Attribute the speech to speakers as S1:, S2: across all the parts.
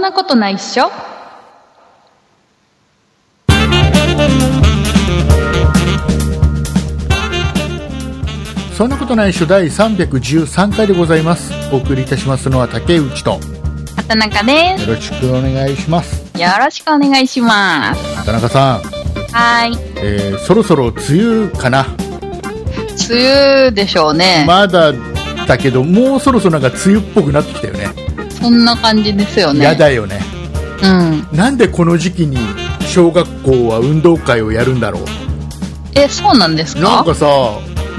S1: なことないっしょ
S2: そんなことないっしょ第313回でございますお送りいたしますのは竹内とよ
S1: 畑中で
S2: ろしくお願いします
S1: すよろしくお願いします
S2: 田中さん、
S1: はい
S2: えーそろそろ梅雨かな
S1: 梅雨でしょうね、
S2: まだだけどもうそろそろなんか梅雨っぽくなってきたよね
S1: そんな感じですよね
S2: やだよね
S1: うん
S2: なんでこの時期に小学校は運動会をやるんだろう
S1: えそうなんですか
S2: なんかさ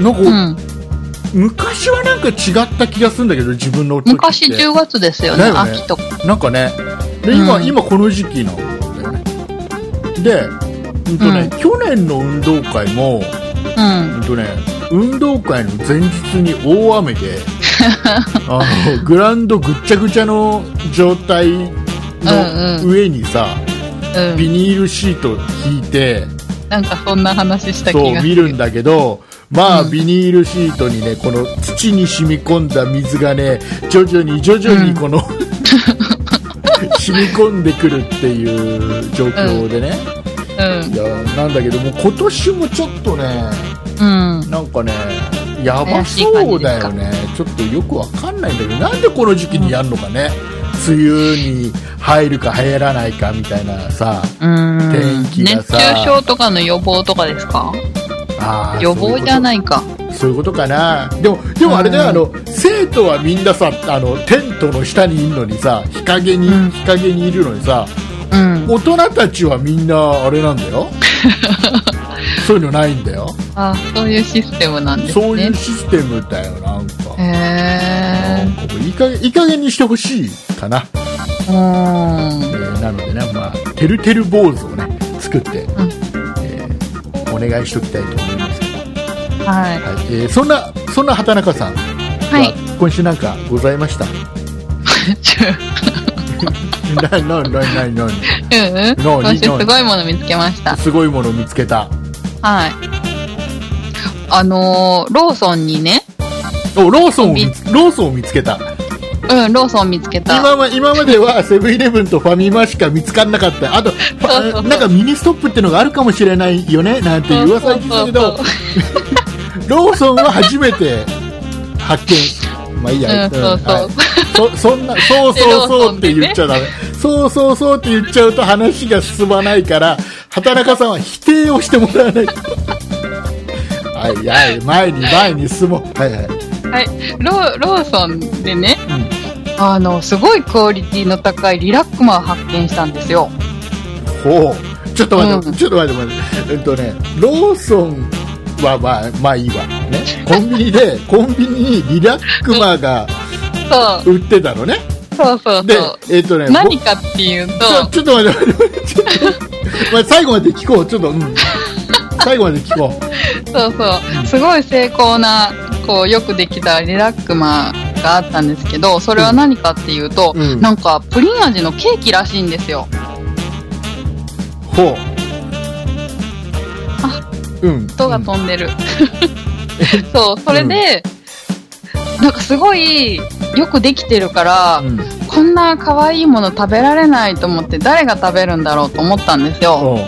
S2: なんか、
S1: うん、
S2: 昔はなんか違った気がするんだけど自分の時って
S1: 昔10月ですよね
S2: だよね
S1: 秋とか
S2: なんかねで今,、
S1: うん
S2: 今この時期なんだよねで、うんとね
S1: うん
S2: 去年の運動会も、
S1: うん
S2: うんとね、運動会の前日に大 雨であのグラウンドぐっちゃぐちゃの状態
S1: うんう
S2: の上にさ、
S1: うん
S2: ビニールシート引いて
S1: なんかそんな話した
S2: そ
S1: 気が
S2: う
S1: す
S2: 見
S1: る
S2: るんだけどまあ、
S1: うん
S2: ビニールシートにねこの土に染み込んだ水がね徐々に徐々に この、染み込んでくるっていう状況でね、
S1: うん
S2: いやなんだけどもう今年もちょっとね
S1: うん
S2: なんかねやばそうだよねちょっとよくわかんないんだけどなんでこの時期にやるのかね、梅雨に入るか入らないかみたいなさ
S1: うん
S2: 天気が
S1: 熱
S2: さ
S1: 中症とかの予防とかですか
S2: あー
S1: 予防じゃないか
S2: そういうことかなでもでもあれだよ、あの生徒はみんなさあのテントの下にいるのにさ日陰に、
S1: うん
S2: 日陰にいるのにさ
S1: うん
S2: 大人たちはみんなあれなんだよ そういうのないんだよ
S1: あそういうシステムなんですね
S2: そういうシステムだよなんか、
S1: へえ
S2: なんかもういい加減いい加減にしてほしいかな、
S1: う
S2: え
S1: ん
S2: ーなのでねまあてるてる坊主をね作って、
S1: ん
S2: えーお願いしておきたいと思います、
S1: は
S2: はいえーそんなそんな畑中さん
S1: いはい
S2: 今週なんかございましたないないないないない
S1: うんうん今週
S2: 何
S1: すごいもの見つけました
S2: すごいものを見つけた
S1: はいあのーローソンにね
S2: おローソンを
S1: み
S2: 見つローソンを見つけた
S1: うんローソン見つけた
S2: 今は今まではセブンイレブンとファミマしか見つからなかったあとフ
S1: そうそうそ
S2: ァ
S1: う
S2: なんかミニストップってのがあるかもしれないよねなんていう噂聞いたけど
S1: そうそうそう
S2: ローソンは初めて発見まあいいや、
S1: うんそうそう
S2: はいそそんなそうそうそうって言っちゃダメ、そうそうそうって言っちゃうと話が進まないから畑中さんは否定をしてもらわないとはいはい前に前に進もうはいはい
S1: はいローローソンでね
S2: うん
S1: あのすごいクオリティの高いリラックマを発見したんですよ
S2: ほうちょっと待って、
S1: うん
S2: ちょっと待って待ってえっとねローソンはまあまあいいわねコンビニでコンビニにリラックマが
S1: そう
S2: 売ってたのね
S1: そうそう
S2: で
S1: そう
S2: えっとねぼ
S1: 何かっていうと
S2: ちょちょっと待って待ってちょっ とまあ最後まで聞こうちょっとうん最後まで聞こう
S1: そうそう。すごい精巧な、こう、よくできたリラックマがあったんですけど、それは何かっていうと、
S2: うん
S1: なんか、プリン味のケーキらしいんですよ。
S2: ほう
S1: あ
S2: うん
S1: 音が飛んでる。そう、それで、なんかすごい、よくできてるから、
S2: うんうん
S1: こんな可愛いもの食べられないと思って、誰が食べるんだろうと思ったんですよ。
S2: ほ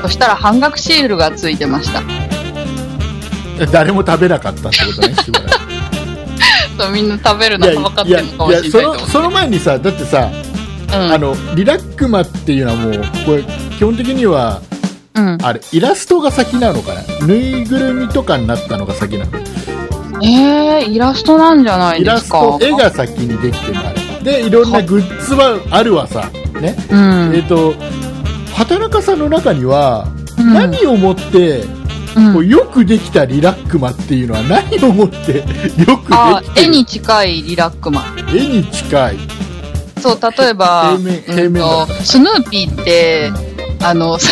S1: そしたら半額シールがついてました。
S2: う誰も食べなかったってこと ねしばらく
S1: そうみんな食べるのは分かってるのかもしれない
S2: そ
S1: けど
S2: の。その前にさだってさ、
S1: うん
S2: あのリラックマっていうのはもうこれ基本的には
S1: うん。
S2: あれイラストが先なのかなぬいぐるみとかになったのが先なの
S1: えー、イラストなんじゃない
S2: イ
S1: で
S2: ラ
S1: す
S2: ス
S1: か。
S2: ト絵が先にできてるのあれでいろんなグッズはあるわさね
S1: うん。
S2: えっ、と畑中さんの中には、
S1: うん
S2: 何をもって、
S1: うん
S2: こうよくできたリラックマっていうのは何 をもってよ
S1: あ
S2: くできて
S1: 絵
S2: る
S1: に近いリラックマ
S2: 絵に近い
S1: そう例えば
S2: 平面
S1: うん
S2: 平面だ
S1: と
S2: った
S1: スヌーピーってあのサ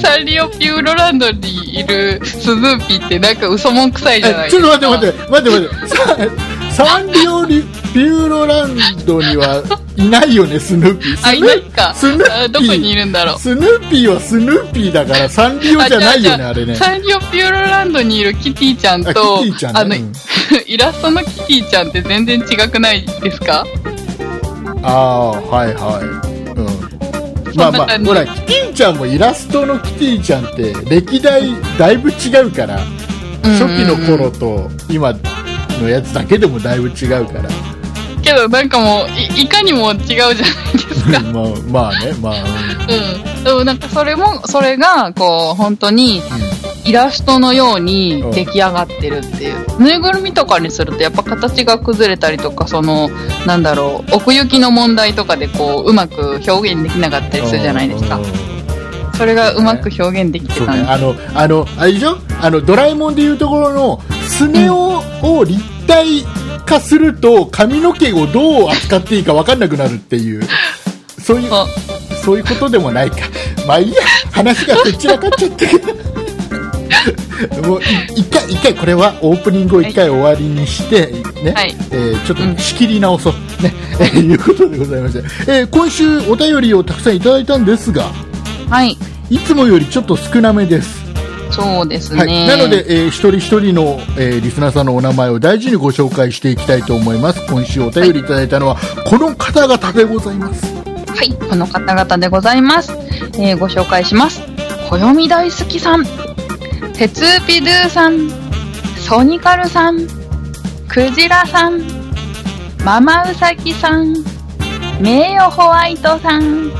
S1: サンリオピューロランドにいるスヌーピーってなんか嘘もんくさいじゃない
S2: えちょっと待って待って待って待ってさサンリオリピューロランドにはいないよねスヌーピー ス
S1: あい
S2: ヌ
S1: な
S2: ー
S1: いか
S2: スヌーピー
S1: あどこにいるんだろう
S2: スヌーピーはスヌーピーだからサンリオじゃないよねあれね
S1: サンリオピューロランドにいるキティちゃん
S2: あ
S1: と
S2: キティちゃんね
S1: あの、
S2: うん
S1: イラストのキティちゃんって全然違くないですか
S2: ああーはいはいうんまあま
S1: そ
S2: あ
S1: んな感じ
S2: ほらキティちゃんもイラストのキティちゃんって歴代だいぶ違うから
S1: うん
S2: 初期の頃と今のやつだけでもだいぶ違 うから
S1: けどなんかもういいかにも違うじゃないですか
S2: まあまあねまあ、
S1: うんでもなんかそれもそれがこう本当にイラストのように出来上がってるっていう、ぬいぐるみとかにするとやっぱ形が崩れたりとかそのなんだろう奥行きの問題とかでこううまく表現できなかった
S2: う
S1: り
S2: ん、
S1: するじゃないですか
S2: うん
S1: それがうまく表現できて
S2: そう
S1: た
S2: ね
S1: んで
S2: あのあのあれでしょあのドラえもんでいうところのスネ夫を立体化すると髪の毛をどう扱っていいか分かんなくなるっていうそう いう
S1: そう
S2: そういうことでもないか。まあいいや、話がどっちらかっちゃったけど。もうい一回、一回これはオープニングを一回終わりにして、ね、
S1: はい
S2: えーちょっ
S1: うん
S2: と仕切り直そう。ね、 えーいうことでございまして、えー今週お便りをたくさんいただいたんですが、
S1: はい
S2: いつもよりちょっと少なめです。
S1: そうですね、
S2: はい、なので、えー一人一人の、えーリスナーさんのお名前を大事にご紹介していきたいと思います。今週お便りいただいたのは、この方々でございます。
S1: はい、この方々でございます。えーご紹介します。暦大好きさん、鉄ピドゥさん、ソニカルさん、クジラさん、ママウサギさん、名誉ホワイトさん、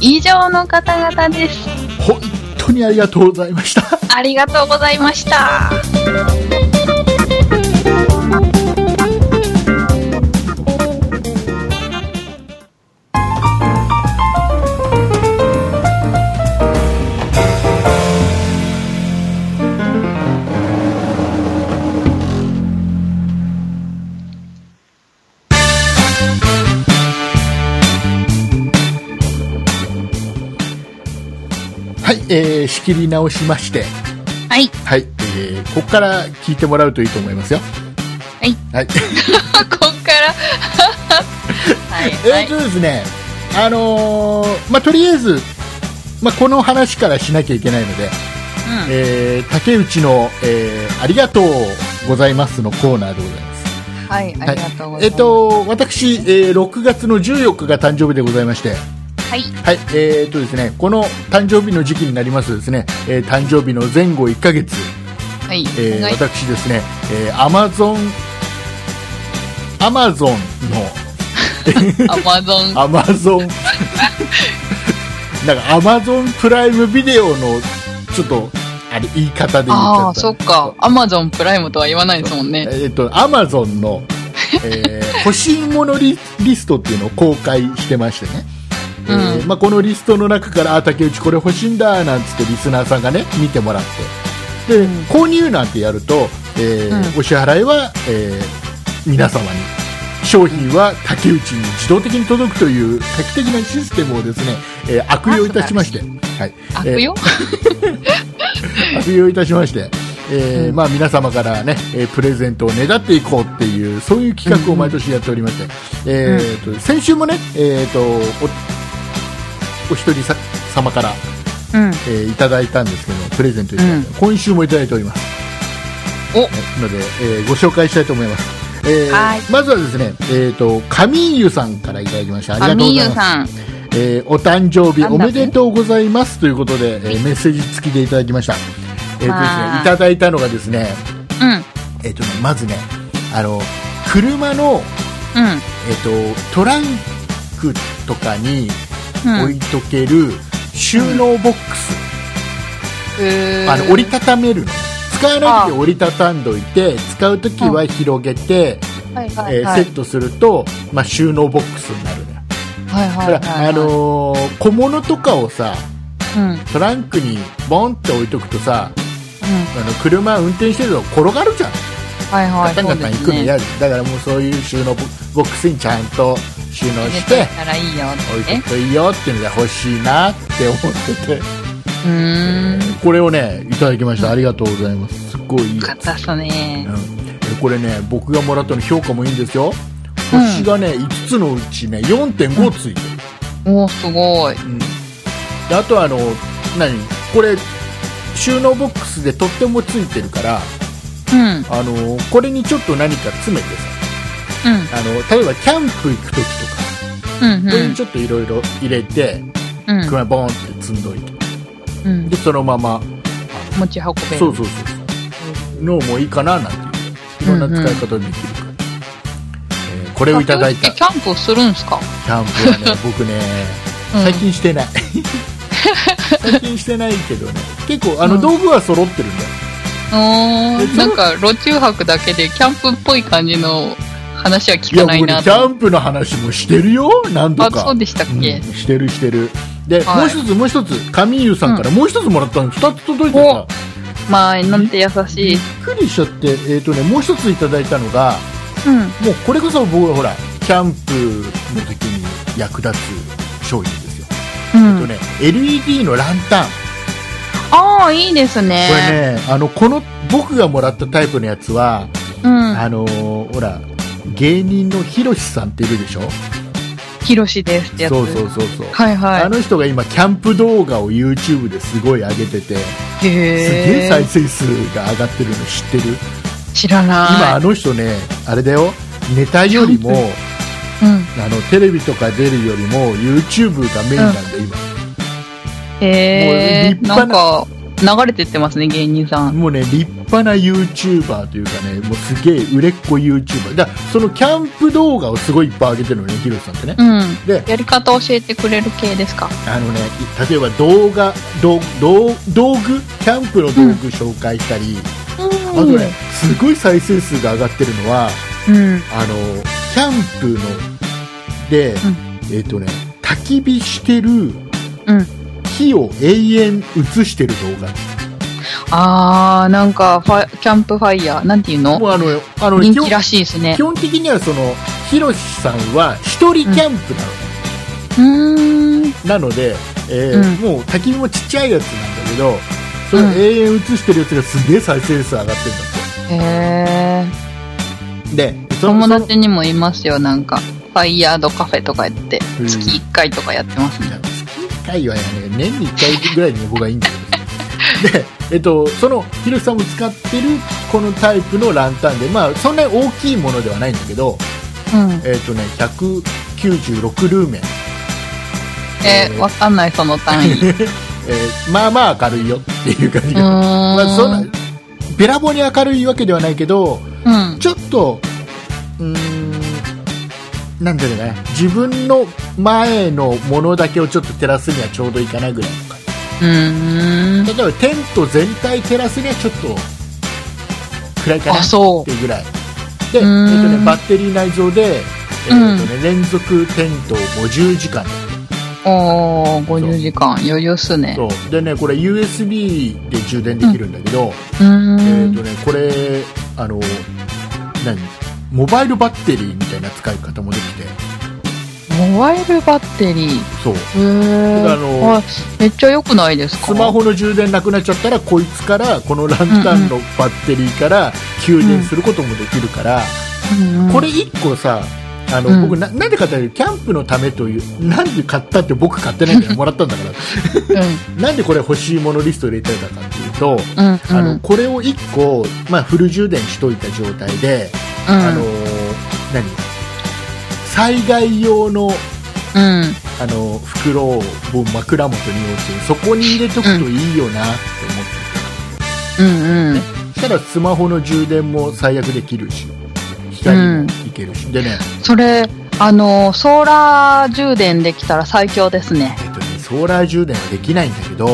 S1: 以上の方々です。
S2: 本当にありがとうございました。
S1: ありがとうございました。
S2: はい、えー、仕切り直しまして、
S1: はい、
S2: はい、えー、ここから聞いてもらうといいと思いますよ。
S1: はい。
S2: はい。
S1: ここ から。はい、は
S2: えー
S1: い
S2: と、ですね、あのーまあ、とりあえず、まあ、この話からしなきゃいけないので、
S1: うん
S2: えー、竹内の、えー、ありがとうございますのコーナーでございます。
S1: はい、ありがとうござ
S2: え
S1: います。
S2: っ、と、私、えー、6月の14日が誕生日でございまして、
S1: はい、
S2: はい、えー、とですね、この誕生日の時期になりますとですね、えー、誕生日の前後1ヶ月、
S1: はい、
S2: えー
S1: はい
S2: 私ですね、えー、Amazon、Amazon
S1: アマゾン
S2: の、Amazon、なんか Amazon プライムビデオの、ちょっと、あれ、言い方で言っちゃった。
S1: ああ、そっか。アマゾンプライムとは言わないですもんね。
S2: えっと、Amazon の、えー欲しいものリリストっていうのを公開してましてね。えー
S1: う
S2: まあ、このリストの中から、あ、竹内これ欲しいんだ、なんつってリスナーさんがね、見てもらって。で、
S1: ん
S2: 購入なんてやると、えー
S1: うん
S2: お支払いは、えー皆様に。商品は竹内に自動的に届くという画期的なシステムをですね、えー悪用いたしまして、はい、えー
S1: 悪用
S2: 発表いたしまして、えー
S1: うん
S2: まあ、皆様から、ねえープレゼントをねだっていこうっていうそういう企画を毎年やっておりまして、えーと先週もね、えー、とおお一人さ様から、
S1: うん。
S2: えーいただいたんですけどプレゼントいただいて、
S1: う
S2: 今週もいただいております
S1: お
S2: はいので、えーご紹介したいと思いますえー
S1: はい
S2: まずはですね、えー、とカミーユさんからいただきました
S1: あ
S2: ありがとうござ
S1: みゆ
S2: います
S1: さん。
S2: えーお誕生日
S1: なんだね
S2: おめでとうございますということで、えーメッセージ付きでいただきました、えーとですね
S1: わー
S2: いただいたのがですね,、
S1: うん。
S2: えー、とねまずねあの車の、
S1: うん。
S2: えー、とトランクとかに
S1: う
S2: 置
S1: ん
S2: いとける収納ボックス、
S1: えー
S2: あの折りたためるのね使わない時は折りたたんどいて使う時は広げて、
S1: はいはい
S2: えー
S1: はい
S2: セットすると、まあ、収納ボックスになるのよ
S1: はい
S2: だ
S1: は
S2: か
S1: い
S2: ら、
S1: はい
S2: あのー小物とかをさ
S1: うん。うん。
S2: トランクにボンって置いとくとさあの車運転してると転がるじゃん、
S1: はいはい。
S2: ガタンガタン行くの
S1: そうですね
S2: 嫌じゃんだからもうそういう収納ボボックスにちゃんと収納し
S1: 入
S2: て
S1: れといたらいいよ
S2: 置い
S1: って
S2: とくといいよっていうのが欲しいなって思ってて
S1: うーん。よ
S2: これをねいただきましたありがとうございますすっごいいいや
S1: かっ
S2: つ
S1: たっすね
S2: う。んこれね僕がもらったの評価もいいんですよ星がね5つのうちね4.5ついてる、
S1: おー、すごい。
S2: うん、であとはあの何これ収納ボックスで取っ手もついてるから
S1: うん。
S2: あのこれにちょっと何か詰めてさ
S1: うん。
S2: あの例えばキャンプ行く時とか
S1: うん
S2: これに
S1: う
S2: ちょっといろいろ入れて、
S1: ん。うん
S2: 熊ボーンって積んどいて、
S1: うん
S2: で、そのまま、
S1: 持ち運べる。
S2: そうそうそうそう、のもいいかななんていう、いろんな使い方できるから。えーこれをいただいた
S1: えキャンプをするんすか
S2: キャンプはね、僕ね、
S1: うん
S2: 最 近してない。最近してないけどね、結構、あの、
S1: うん
S2: 道具は揃ってるんだよ。
S1: おーなんか路中泊だけでキャンプっぽい感じの話は聞
S2: いや、
S1: か
S2: 僕
S1: ない
S2: ね、キ
S1: な
S2: ャ
S1: と。
S2: ンプの話もしてるよ、何度
S1: あ、
S2: か。
S1: そうでしたっけ
S2: うん、してるしてるで、
S1: はい
S2: もう一つもう一つ上優さんからもう一つもらったのに二つ届いて
S1: お
S2: さ
S1: まあ、なんて優しい。
S2: びっくりしちゃってえっ、とねもう一ついただいたのが
S1: うん。
S2: もうこれこそ僕はほらキャンプの時に役立つ商品ですよ、
S1: うん
S2: と。ね LED のランタンこ
S1: ああ、いいですね。
S2: れねあのこの僕がもらったタイプのやつは、
S1: うん。
S2: あのーほら芸人のひろしさんっているでしょ
S1: ひろしですってやつ。
S2: そうそうそうそう、
S1: はいは
S2: あの人が今キャンプ動画を YouTube ですごい上げてて
S1: い。へ
S2: すげえ
S1: え
S2: 再。生数が上がってるの知ってる、
S1: 知ら
S2: 今あ
S1: な
S2: の人ねあれだよネタよりも
S1: い。うん。
S2: あのテレビとか出るよりも YouTube がメインなんだよ、
S1: へえ。
S2: もう立
S1: な
S2: 派
S1: んか、流れてってますね、芸人さ
S2: 今
S1: ん。
S2: もうね立派な YouTuber というかねもうすげえ売れっ子 YouTuber だからそのキャンプ動画をすごいいっぱい上げてるのねヒロシさんってね、
S1: うん。
S2: で
S1: やり方教えてくれる系ですか
S2: あのね例えば動画道道道具キャンプの道具紹介したり、
S1: あ
S2: あとねすごい再生数が上がってるのは
S1: うん。
S2: あのキャンプので、えっ、とね焚き火してる
S1: うん。
S2: 火を永遠映してる動画
S1: あー、なんかファイ、キャンプファイヤー、なんていうの
S2: もうあのあの
S1: 人
S2: 基
S1: 気ら
S2: 本
S1: しいですね
S2: 基。本的にはそのひろしさんは一人キャンプなの,、
S1: うーん。
S2: なので、えー
S1: うん
S2: もう焚き火もちっちゃいやつなんだけどそれを
S1: うん
S2: 永遠映してるやつがすげえ再生数上がってるんだ
S1: へー。
S2: ってでその
S1: 友
S2: その
S1: 達にもいますよ、なんか。ファイヤードカフェとかやって
S2: う、ん
S1: 月1回とかやってますね。
S2: 1回はね年に1回ぐらいに僕はいいんだけどで、えっと、そのひろしさんも使ってるこのタイプのランタンで、まあ、そんなに大きいものではないんだけど、
S1: うん。
S2: えっとね、196ルーメン、
S1: えーわかんない、その単位。う
S2: えーまあまあ明るいよっていう感じ
S1: ーん。
S2: が、 まあ、そんなべらぼうに明るいわけではないけど
S1: うん。
S2: ちょっとうーんなんだろうね自分の前のものだけをちょっと照らすにはちょうどいかないぐらいの感じ
S1: うーん。
S2: 例えばテント全体照らすにはちょっと暗いかな
S1: あ、
S2: っ
S1: そ
S2: ていうぐらいで、えっ
S1: うー
S2: と
S1: ん
S2: ね、バッテリー内蔵で、えっと
S1: うん
S2: ね、連続テントを50時間
S1: う。おー、50時間、余裕っすね。
S2: そうでねこれ USB で充電できるんだけど、
S1: うー
S2: えっ
S1: ん。
S2: とね、これあの何モバイルバッテリーみたいな使い方もできて
S1: モバイルバッテリー。
S2: そう
S1: へー
S2: だからあの
S1: あめっちゃ良くないですか
S2: スマホの充電なくなっちゃったらこいつからこのランタンのバッテリーから給電することもできるから、
S1: うんうん
S2: これ1個さあの、
S1: うん
S2: 僕ななんで買ったかというとキャンプのためというなんで買ったって僕買ってないん だよもらったんだから
S1: う
S2: なんでこれ欲しいものリスト入れてたかっていうと、
S1: ん。うん。
S2: あのこれを1個、まあ、フル充電しといた状態で、あの何災害用の
S1: うん。
S2: あの袋をもう枕元に用意してそこに入れとくといいよなって思って
S1: うんうん。
S2: そしたらスマホの充電も最悪できるし光もいけるし、でね
S1: それ、あの、ソーラー充電できたら最強ですね。
S2: えっとね、ソーラー充電はできないんだけど、
S1: う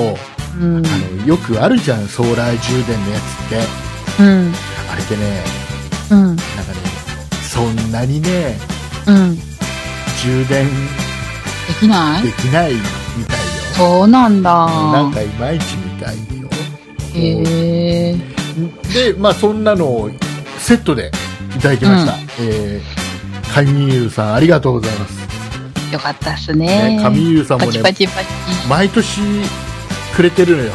S1: ん。
S2: あのよくあるじゃんソーラー充電のやつって
S1: うん。
S2: あれってね
S1: うん。
S2: なんかねそんなにね
S1: うん。で
S2: 充電
S1: きない
S2: できないみたいよ
S1: そうなんだ。
S2: なんかいまいちみたいよ
S1: へえ。
S2: でまあそんなのをセットでいただきました、えー、上優さんありがとうございます、
S1: よかったっすね
S2: ね、。上優さん
S1: パ
S2: も
S1: チ
S2: ね
S1: パチパチ。
S2: 毎年くれてるのよ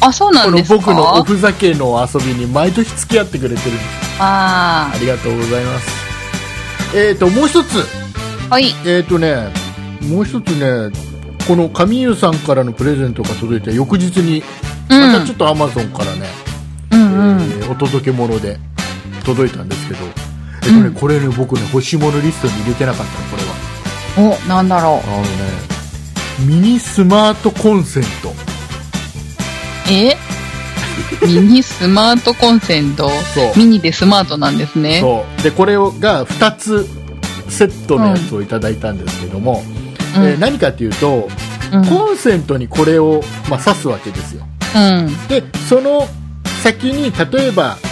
S1: あ、そうな
S2: こ
S1: ん
S2: の
S1: ですか
S2: 僕のおふざけの遊びに毎年付き合ってくれてる
S1: あ
S2: ありがとうございます。えっ、と、もう一つ、
S1: あ。はい。
S2: えっ、とね、もう一つね、この上優さんからのプレゼントが届いて翌日に、
S1: うん。
S2: またちょっとアマゾンからね、
S1: うんうん。
S2: えーお届け物で届いたんですけど、えっ、とね、
S1: うん
S2: これね、僕ね、欲しいものリストに入れてなかったの、これは。
S1: お、なんだろ
S2: あのねミニスマートコンセント
S1: う。えミニスマートコンセント。
S2: そう
S1: ミニでスマートなんですね。
S2: そうでこれをが2つセットのやつをいただいたんですけども、
S1: うん。
S2: えー何かというと、
S1: うん
S2: コンセントにこれを、まあ、挿すわけですよ
S1: うん。
S2: でその先に例えばうーん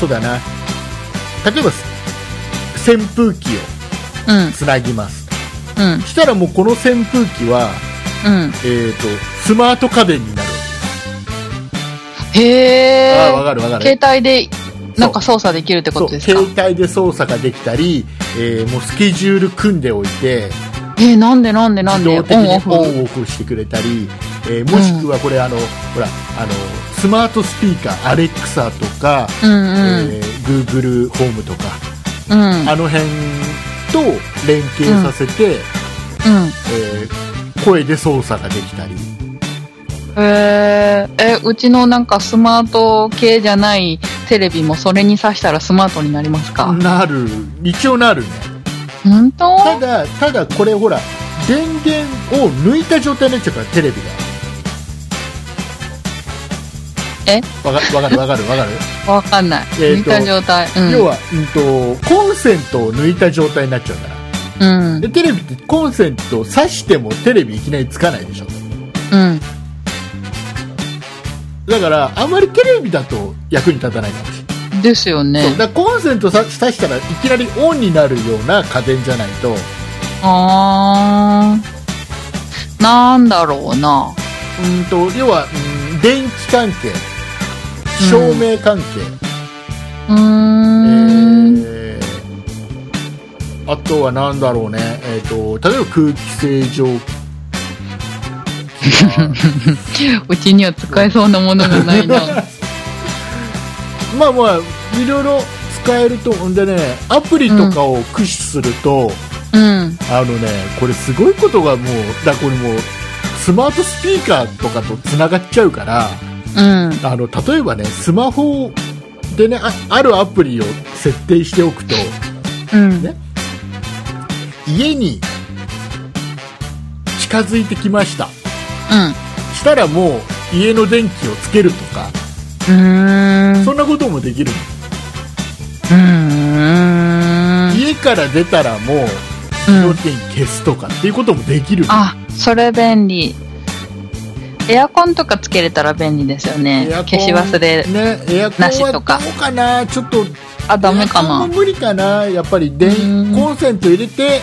S2: そうだな例えば扇風機を
S1: うん。
S2: つなぎます
S1: うん。
S2: したらもうこの扇風機は、
S1: うん。
S2: えー、とスマート家電になる、
S1: へ
S2: あ
S1: ー
S2: あわかるわかる
S1: 携帯で、なんか操作できるってこ
S2: そ
S1: と
S2: う
S1: ですか
S2: 携帯で操作ができたり、えーもうスケジュール組んでおいて
S1: えーなんでなんでなん
S2: 自
S1: で
S2: 動
S1: オ
S2: 的に
S1: ンオ
S2: オ
S1: フ。
S2: ンオフしてくれたり、えーもしくはこれ、あのほらあのスマートスピーカーアレクサとか、
S1: うんうん。
S2: えー Google ホームとか、
S1: うん。
S2: あの辺と連携させて、
S1: うん。
S2: えー声で操作ができたり
S1: へーえ、うちのなんかスマート系じゃないテレビもそれに挿したらスマートになりますか、
S2: なる一応なるね
S1: 本当
S2: ただただこれほら電源を抜いた状態になっちゃうからテレビが
S1: え
S2: わか わかるわかるわかる、
S1: わかんない。
S2: え
S1: 抜
S2: ー
S1: い
S2: と
S1: た状態。うん。
S2: 要は、うん、とコンセントを抜いた状態になっちゃうから
S1: うん。
S2: でテレビってコンセントを挿してもテレビいきなりつかないでしょ
S1: うん。
S2: だからあんまりテレビだと役に立たないかもしれない
S1: ですよね
S2: そう。だからコンセントさ挿したらいきなりオンになるような家電じゃないと
S1: あー。なんだろうな。
S2: うんと要は、うん電気関係照明関係、
S1: うーん。
S2: えーあとは何だろうね、えー、と例えば空気清浄機
S1: うちには使えそうなものがない な。
S2: まあまあいろいろ使えると思うんでねアプリとかを駆使すると、
S1: うん。
S2: あのねこれすごいことがもうだからこれもうスマートスピーカーとかとつながっちゃうから
S1: うん。
S2: あの例えばねスマホでねああるアプリを設定しておくと
S1: うん。
S2: ね家に近づいてきました
S1: うん。
S2: したらもう家の電気をつけるとか
S1: うーん。う
S2: そんなこともできる
S1: ーん。
S2: 家から出たらもう
S1: うん
S2: 要件消すとかっていうこともできる
S1: あ、それ便利。エアコンとかつけれたら便利ですよね。
S2: エアコン
S1: 消し忘れ。
S2: ねエアコン
S1: なし
S2: はど
S1: と
S2: う
S1: か
S2: かなちょっと
S1: あ、ダメか
S2: エアコ
S1: な
S2: ン。も無理かなやっぱり電
S1: うん
S2: コンセント入れて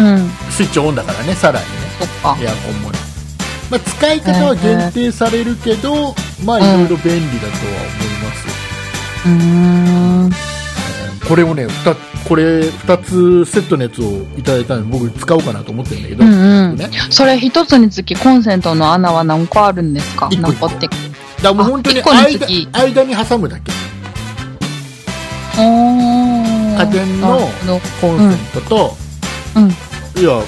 S1: うん。
S2: スイッチオンだからねさらにね
S1: そっか。
S2: エアコンもね、まあ、使い方は限定されるけど、まあいろいろ便利だとは思います、
S1: うーん。
S2: これをねふたこれ2つセットのやつをいただいたんで僕使おうかなと思ってるんだけど、
S1: うんうん
S2: ね、
S1: それ一つにつきコンセントの穴は何個あるんですか
S2: 一個
S1: 何
S2: 一個
S1: 個って。
S2: だからもう本当に
S1: あ一個に
S2: 間
S1: つき
S2: 間に挟むだけ
S1: おー。
S2: 家電の
S1: なるほど
S2: コンセントと、
S1: うん。
S2: 要は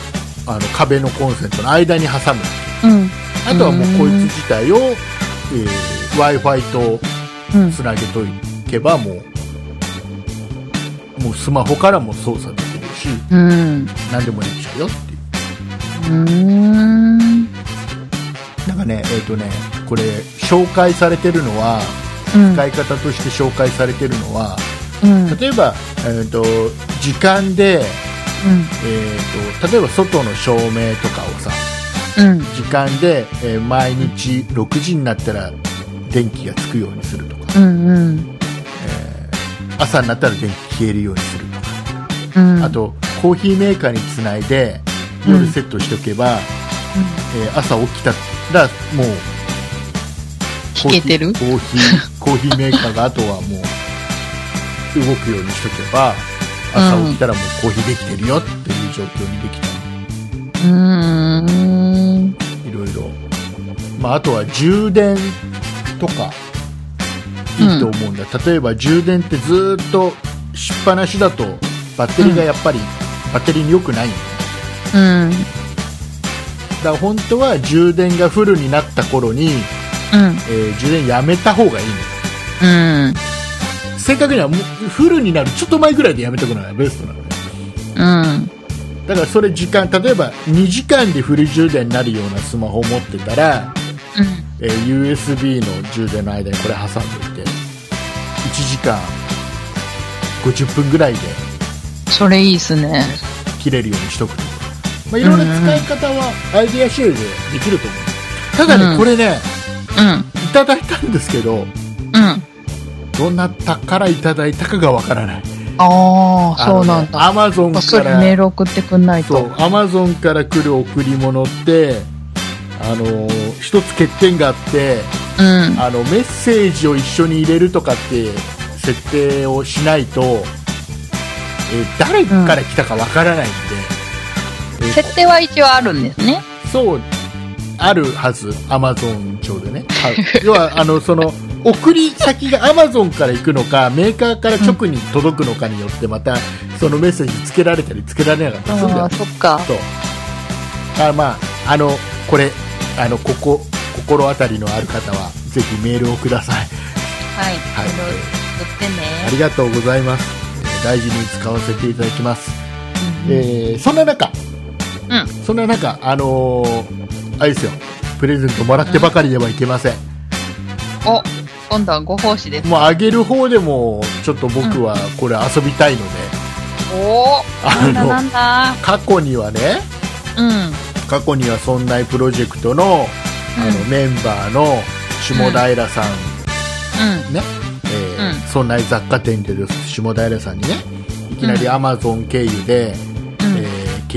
S2: あの壁のコンセントの間に挟む
S1: うん。
S2: あとはもうこ
S1: う
S2: いつ
S1: ん
S2: 自体を、え w i f i と
S1: うん。
S2: つなげといけばもうもうスマホからも操作できるし
S1: うん。
S2: 何でもできちゃうよっていう
S1: うん。
S2: なんかね、えっ、とね、これ紹介されてるのは、
S1: うん。
S2: 使い方として紹介されてるのは、
S1: うん。
S2: 例えば、えっ、と時間で、
S1: うん。
S2: えっ、と例えば外の照明とかをさ、
S1: うん。
S2: 時間で、えー毎日6時になったら電気がつくようにするとか、
S1: うん。うん。
S2: 朝になったら電気消えるようにするとか、
S1: うん。
S2: あとコーヒーメーカーにつないで
S1: うん
S2: 夜セットしておけば、えー朝起きたらもう
S1: うん、弾けてる
S2: コーヒーコーヒーコーヒーメーカーがあとはもう動くようにしとけば朝起きたらもうコーヒーできてるよっていう状況にできた
S1: うーん。
S2: りいろいろ、まあ、あとは充電とか
S1: うん
S2: いいと思うんだ、例えば充電ってずーっとしっぱなしだとバッテリーがやっぱり、バッテリーに良くないんだよ
S1: うん。
S2: だから本当は充電がフルになった頃
S1: う
S2: に、
S1: ん。
S2: えー充電やめた方がいいのよ
S1: うん。
S2: 正確にはもうフルになるちょっと前ぐらいでやめとくのがベストなのね
S1: うん。
S2: だだからそれ時間例えば2時間でフル充電になるようなスマホを持ってたら、
S1: うん。
S2: えー USB の充電の間にこれ挟んでおいて1時間50分ぐらいで
S1: それいいっすね。
S2: 切れるようにしとくとか、まあ、いろんな使い方はアイデアシェルでできると思うただね、
S1: うん
S2: これね
S1: う
S2: いただいたんですけど
S1: ん。うん。
S2: どなたからいただいたかがわからない
S1: ああ、そうなんだ。
S2: アマゾン
S1: こっそ
S2: か
S1: り
S2: ら
S1: メール送ってくんない
S2: そ
S1: と
S2: う。アマゾンから来る贈り物ってあのー一つ欠点があって
S1: うん。
S2: あのメッセージを一緒に入れるとかって設定をしないと、えー誰から来たかわからないんで、えー
S1: 設定は一応あるんですね。
S2: そうあるはずアマゾン上で ねはい要はあのその送り先がアマゾンから行くのかメーカーから直に届くのかによってまたそのメッセージつけられたりつけられなかったりするんだ
S1: あ
S2: よ
S1: あ、そっか。
S2: そうあまああのこれあのここ心当たりのある方はぜひメールをください
S1: はい。
S2: はい
S1: いろいろ送って
S2: あ
S1: ね。
S2: りがとうございますえー大事に使わせていただきます、えーそんな中
S1: うん。
S2: そんな中あのーあれですよプレゼントもらってばかりではいけません、
S1: お、今度はご奉仕です。
S2: もうあげる方でもちょっと僕はこれ遊びたいので、
S1: お
S2: あ
S1: お。な
S2: の
S1: んだなんだ。
S2: 過去にはね
S1: うん。
S2: 過去にはそんなプロジェクトのあのメンバーの下平さん
S1: う
S2: ね、えー
S1: うん
S2: そんな雑貨店でです下平さんにねいきなりアマゾン経由で、
S1: ん。うん。
S2: えー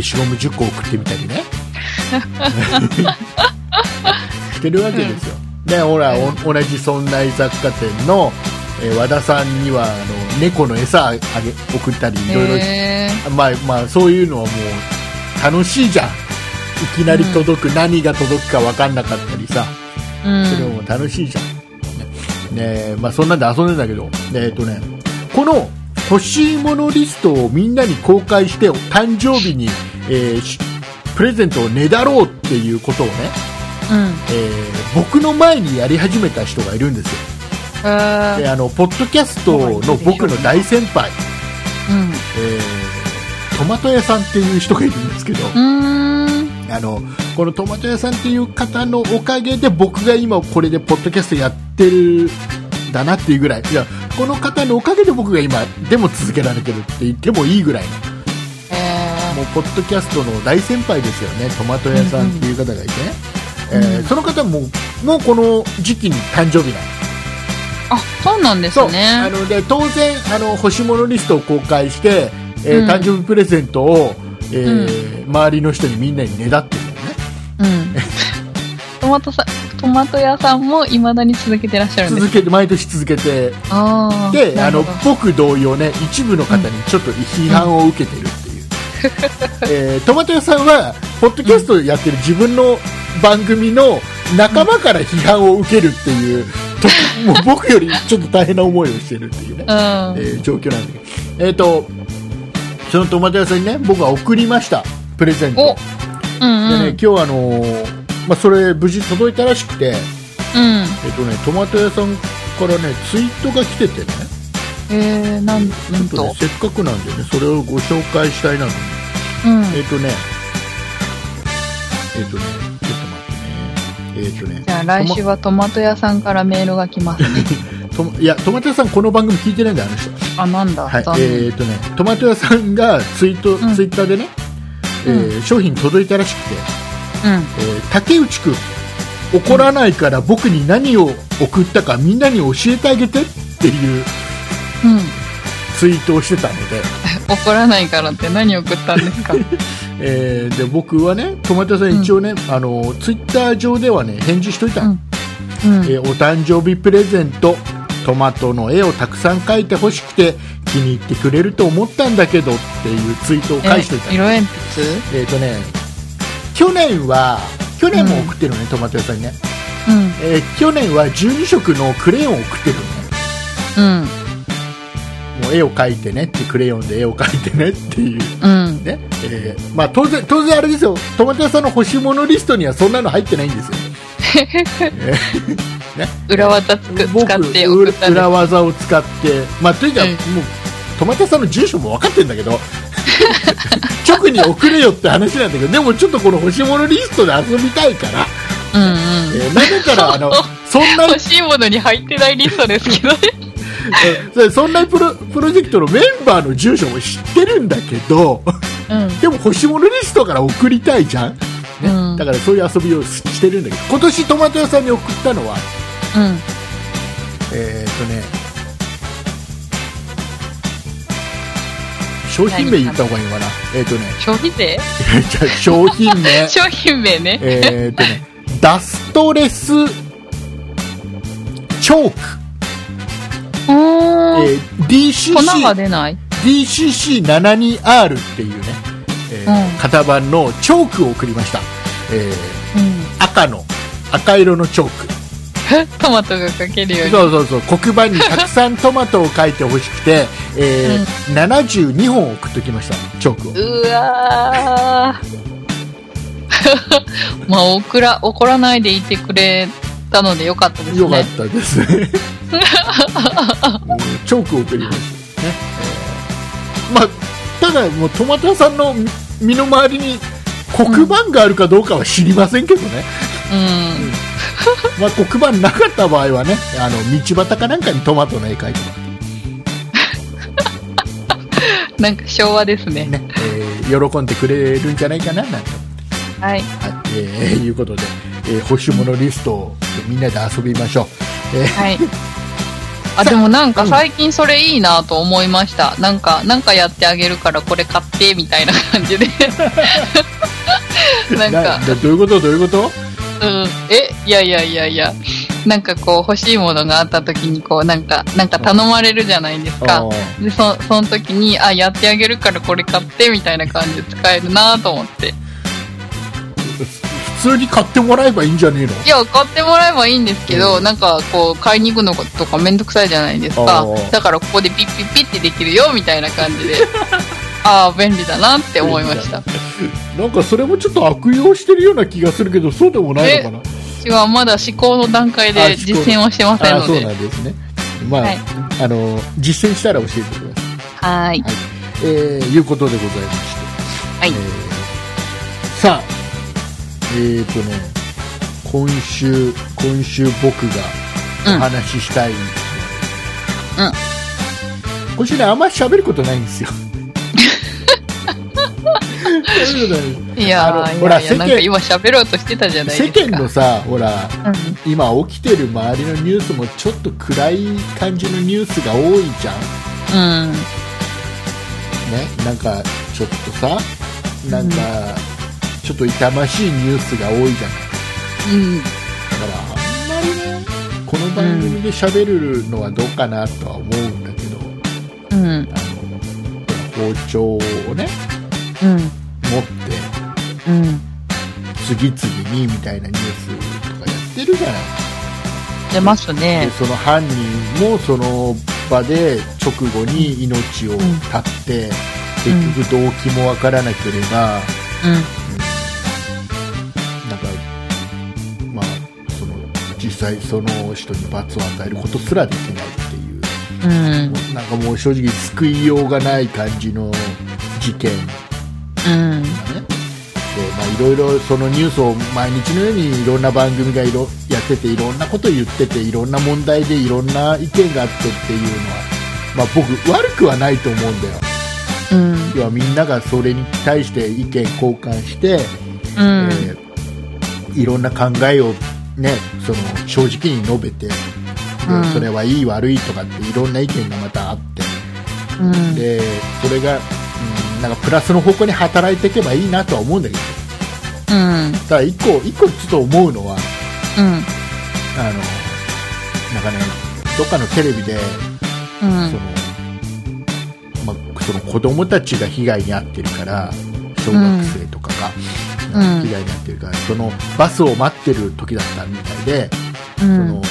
S2: 消しゴム10個送ってみたり ねしてるわけですよ、でほら、お同じそんな雑貨店の、えー和田さんにはあの猫の餌あげ送ったりいろいろ、
S1: へー
S2: まあまあそういうのはもう楽しいじゃんいきなり届く、何が届くか分かんなかったりさ、
S1: うん。
S2: それも楽しいじゃん。ねねまあ、そんなんで遊んでんだけど、えっとね、この欲しいものリストをみんなに公開して、誕生日に、えーしプレゼントをねだろうっていうことをね、
S1: うん。
S2: えー僕の前にやり始めた人がいるんですよ。
S1: へー
S2: であの、ポッドキャストの僕の大先輩、えートマト屋さんっていう人がいるんですけど、
S1: うん。うーん。
S2: あのこのトマト屋さんっていう方のおかげで僕が今これでポッドキャストやってるんだなっていうぐらいいやこの方のおかげで僕が今でも続けられてるって言ってもいいぐらいの
S1: え
S2: もうポッドキャストの大先輩ですよねトマト屋さんっていう方がいてね、
S1: うんうん
S2: えーその方ももうこの時期に誕生日なの
S1: あ、そうなんです
S2: そうあ
S1: ね。
S2: ので当然あの欲しいものリストを公開して、えー
S1: うん
S2: 誕生日プレゼントを、えー周りの人にみんなにねだってるよね
S1: うん。トマトさ、トマト屋さんも未だに続けてらっしゃるんです
S2: 続けて毎年続けて
S1: ああ。
S2: で
S1: な
S2: あ
S1: る
S2: の
S1: ほど
S2: 僕同様ね一部の方にちょっと批判を受けてるっていう、えートマト屋さんはポッドキャストやってる自分の番組の仲間から批判を受けるっていうともう僕よりちょっと大変な思いをしてるっていうね、
S1: う
S2: え
S1: ん。
S2: ー状況なんだけど、えー、とそのトマト屋さんにね僕は送りましたプレゼント
S1: おうん
S2: で
S1: う
S2: ね
S1: ん。
S2: 今日あのーまあ、それ無事届いたらしくて、
S1: うん。
S2: えーとね、トマト屋さんからねツイートが来ててね
S1: えー、なん、
S2: ち
S1: な
S2: ょ
S1: ん
S2: っとね
S1: と。
S2: せっかくなんでねそれをご紹介したいなと
S1: うん。
S2: えっ、とねえっ、とねちょっと待ってねえっ、とね
S1: じゃあ来週はトマト屋さんからメールが来ます。
S2: トマいやトマト屋さんこの番組聞いてないんだよあの 人
S1: あ、なんだ。
S2: はい
S1: 残
S2: え
S1: 念
S2: っ、とねトマト屋さんがツイート、
S1: うん
S2: ツイッターでね、えー商品届いたらしくて、
S1: うん。
S2: えー竹内くん怒らないから僕に何を送ったかみんなに教えてあげてっていう
S1: うん。
S2: ツイートをしてたので、
S1: 怒らないからって何送ったんです か
S2: えーで僕はねトマト屋さん一応ね、あのツイッター上ではね返事しといたの、
S1: うんうん。
S2: えーお誕生日プレゼントトマトの絵をたくさん描いてほしくて気に入ってくれると思ったんだけどっていうツイートを返してい
S1: え
S2: たえっ、
S1: 色鉛筆
S2: ーとね去年は去年も送ってるね、トマト屋さんにね、
S1: うん。
S2: えー去年は12色のクレヨンを送ってる
S1: うん。
S2: ねもう絵を描いてねってクレヨンで絵を描いてねっていう
S1: うん。
S2: ね、えーまあ当然当然あれですよトマト屋さんの欲しいものリストにはそんなの入ってないんですよ
S1: 裏技つく
S2: 僕
S1: 使って送ったんです
S2: 裏裏技を使って、まあ、とにかく、
S1: うん
S2: もうトマトさんの住所も分かってるんだけど 直に送れよって話なんだけどでもちょっとこの欲しいものリストで遊びたいから、
S1: うんうん。
S2: えー中からあのそんな
S1: 欲しいものに入ってないリストですけ どね。
S2: えーそんなプロプロジェクトのメンバーの住所も知ってるんだけど
S1: うん。
S2: でも欲しいものリストから送りたいじゃん、ね
S1: うん
S2: だからそういう遊びをしてるんだけど今年トマト屋さんに送ったのは
S1: うん。
S2: えーっとね商品名言った方がいいのかなえーっとね
S1: 消費税
S2: じゃあ商品 名
S1: 商品名ね。
S2: えーっとねダストレスチョーク、
S1: おー。
S2: えー
S1: 粉が
S2: DCC
S1: 出ない
S2: DCC72R っていうね、えー
S1: うん
S2: 型番のチョークを送りました、えー
S1: うん。
S2: 赤の赤色のチョーク
S1: トマトがかけるより。
S2: そうそうそう黒板にたくさんトマトを書いてほしくて、えー72本送っときましたチョークを
S1: うわー。 まあ、おくら、怒らないでいてくれたのでよかったですね。
S2: よかったですねうん チョークを送りましたね、えーまあただもうトマト屋さんの身の回りに黒板があるかどうかは知りませんけどね、
S1: うん。
S2: まあ、黒板なかった場合はねあの道端かなんかにトマトの絵描いてもらっ
S1: なんか昭和です
S2: て
S1: ね。
S2: ね、えー喜んでくれるんじゃないかななんて、
S1: はい。
S2: はいえーいうことで、えー、欲しいものリストをみんなで遊びましょう、えー
S1: はい。あ、でもなんか最近それいいなと思いました。なんか、なんかやってあげるからこれ買って、みたいな感じで。なんか、
S2: などういうことどういうこと
S1: うん。え、いやいやいやいや。なんかこう欲しいものがあった時にこうなんか、なんか頼まれるじゃないです
S2: あ
S1: か。
S2: ー
S1: で、そその時に、あ、やってあげるからこれ買って、みたいな感じで使えるなと思って。
S2: 普通に買ってもらえばいいんじゃねえの
S1: いや、買ってもらえばいいんですけど、
S2: うん
S1: なんかこう、買いに行くのとかめんどくさいじゃないですか
S2: あー。
S1: だからここでピッピッピッってできるよ、みたいな感じ で。ああ、便利だなって思いました。
S2: なんかそれもちょっと悪用してるような気がするけどそうでもないのかな
S1: 私はまだ試行の段階で
S2: あ試行
S1: 実践をしてません
S2: あー
S1: の
S2: そう
S1: で。
S2: なんですねまあ、
S1: はい
S2: あの実践したら教えてくださ
S1: はー
S2: い
S1: い。
S2: はい、えーいうことでございまして、
S1: はい
S2: えーさあえっ、とね今週今週僕がお話ししたいんですよ、うん、今週ねあんまり喋ることないん ですよ喋ることないんです
S1: いや
S2: あの
S1: ー、
S2: ほら
S1: いやいや
S2: 世間
S1: なんか今喋ろうとしてたじゃないです
S2: 世
S1: か。
S2: 間のさほら
S1: うん。
S2: 今起きてる周りのニュースもちょっと暗い感じのニュースが多いじゃん
S1: うん。
S2: ね、なんかちょっとさなんかちょっと痛ましいニュースが多いじゃない
S1: うん。
S2: だからあんまりねこの番組で喋るのはどうかなとは思うんだけ
S1: う
S2: ど、
S1: ん。
S2: あの包丁をね
S1: うん。
S2: 持って
S1: うん。
S2: 次々にみたいなニュースとかやってるじゃない
S1: 出ますね
S2: で。その犯人もその場で直後に命を絶って、
S1: うん
S2: 結局動機もわからなければ、
S1: う
S2: なんか、まあ、その実際その人に罰を与えることすらできないってい
S1: ん。うん。
S2: う、なんかもう正直救いようがない感じの事件
S1: うん。
S2: がね。でまあ、いろいろそのニュースを毎日のようにいろんな番組がいろやってていろんなこと言ってていろんな問題でいろんな意見があってっていうのは、まあ、僕悪くはないと思うんだよ
S1: うん。
S2: 要はみんながそれに対して意見交換して、
S1: うん。
S2: えーいろんな考えを、ね、その正直に述べて、で
S1: うん
S2: それはいい悪いとかっていろんな意見がまたあって
S1: うん。
S2: でそれが、うん、なんかプラスの方向に働いていけばいいなとは思うんだけど
S1: うん。
S2: ただ一個一個ちょっと思うのは
S1: うん。
S2: あのなんかねどっかのテレビで
S1: うん
S2: その、まあ、その子供たちが被害に遭ってるから小学生とかが、
S1: うん
S2: 被害に遭ってるからそのバスを待ってる時だったみたいで、
S1: う
S2: そ
S1: ん
S2: の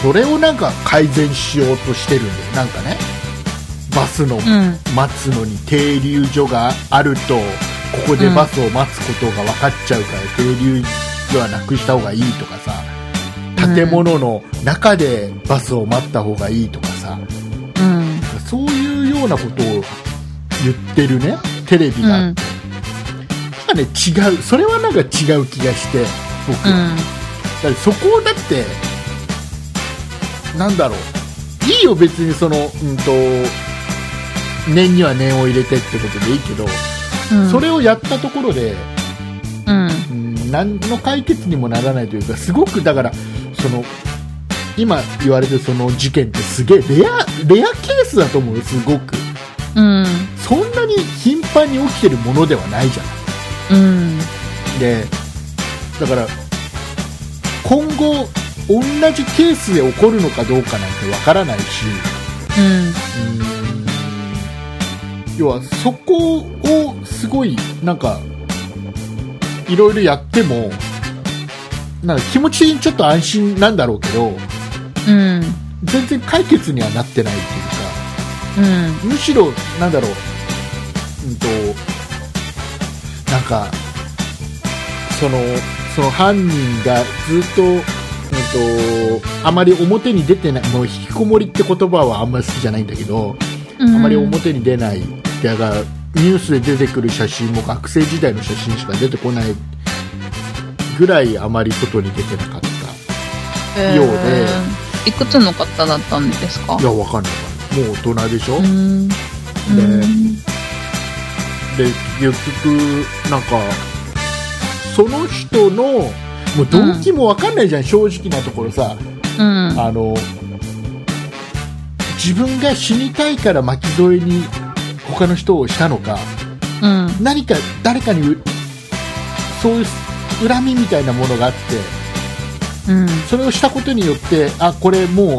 S2: それをなんか改善しようとしてるんだよなんかねバスの
S1: うん
S2: 待つのに停留所があるとここでバスを待つことが分かっちゃうから、停留所はなくした方がいいとかさ建物の中でバスを待った方がいいとかさ、
S1: うん
S2: そういうようなことを言ってるねテレビ
S1: うん。う
S2: が、
S1: ん。
S2: なんかね違うそれはなんか違う気がして僕、だからそこをだってなんだろういいよ別にそのうんと念には念を入れてってことでいいけど、
S1: うん。
S2: それをやったところで、
S1: うん。
S2: うん、何の解決にもならないというかすごくだからその今言われてるその事件ってすげえレアレアケースだと思うよすごく
S1: うん。
S2: そんなに頻繁に起きてるものではないじゃない
S1: うん。
S2: でだから今後同じケースで起こるのかどうかなんてわからないし
S1: うん。
S2: 要はそこをすごいなんかいろいろやってもなんか気持ち的にちょっと安心なんだろうけど
S1: うん。
S2: 全然解決にはなってないっていうか
S1: うん。
S2: むしろなんだろう、うんと、なんか、その、その犯人がずっと、うんと、あまり表に出てない、もう引きこもりって言葉はあんまり好きじゃないんだけど、
S1: うん。
S2: あまり表に出ない。だから、ニュースで出てくる写真も学生時代の写真しか出てこないぐらいあまり外に出てなかった。ようで
S1: いくつの方だったんですか
S2: いや、わかんないわかんない。もう大人でしょ、
S1: うん。うん
S2: で結局なんかその人のもう動機も分かんないじゃん、正直なところさ
S1: うん。
S2: あの自分が死にたいから巻き添えに他の人をしたのか
S1: うん。
S2: 何か誰かにうそういう恨みみたいなものがあって
S1: うん。
S2: それをしたことによってあこれも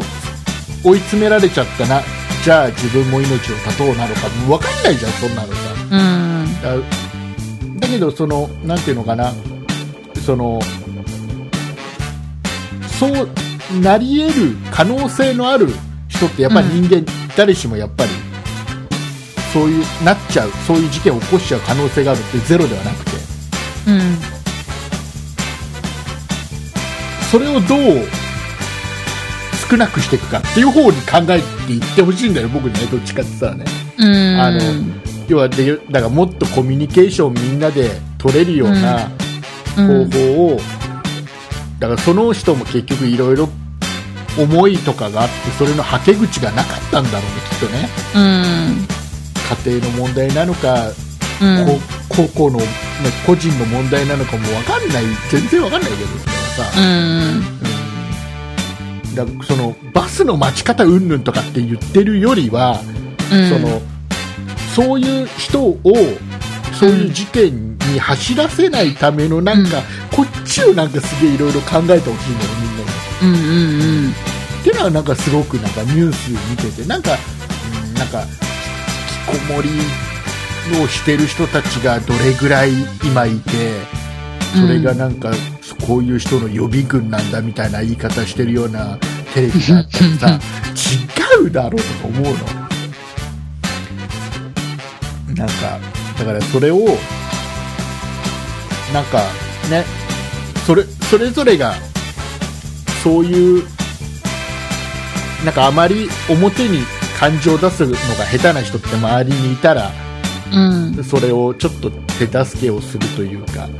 S2: う追い詰められちゃったなじゃあ自分も命を絶とうなのかもう分かんないじゃんそんなのさ。
S1: うん。
S2: だだけどそのなんていうのかなそのそうなり得る可能性のある人ってやっぱり人間、誰しもやっぱりそういうなっちゃうそういう事件を起こしちゃう可能性があるってゼロではなくて
S1: うん。
S2: それをどう少なくしていくかっていう方に考えていってほしいんだよ僕にねどっちかって言ったらね
S1: うん。
S2: あの要はでだからもっとコミュニケーションをみんなで取れるような、
S1: う
S2: 方
S1: ん。
S2: 法を、だからその人も結局いろいろ思いとかがあってそれのはけ口がなかったんだろうねきっとね
S1: うん。
S2: 家庭の問題なのか、
S1: うん。
S2: こう個々の、ね、個人の問題なのかも分かんない全然分かんないけどそれはさ、
S1: うん。
S2: うんだからそのバスの待ち方うんぬんとかって言ってるよりは、
S1: うん。
S2: そのそういう人をそういう事件に走らせないためのなんか、こっちをなんかすげえいろいろ考えてほしいのよみんな
S1: う
S2: に。
S1: んうんうん。
S2: っていうのはなんかすごくなんかニュース見ててなんか、うん、なんか引きこもりをしてる人たちがどれぐらい今いてそれがなんかこういう人の予備軍なんだみたいな言い方してるようなテレビがあったりさ違うだろうとか思うのなんかだからそれをなんかねそれそれぞれがそういうなんかあまり表に感情を出すのが下手な人って周りにいたら
S1: うん。
S2: それをちょっと手助けをするというか、ね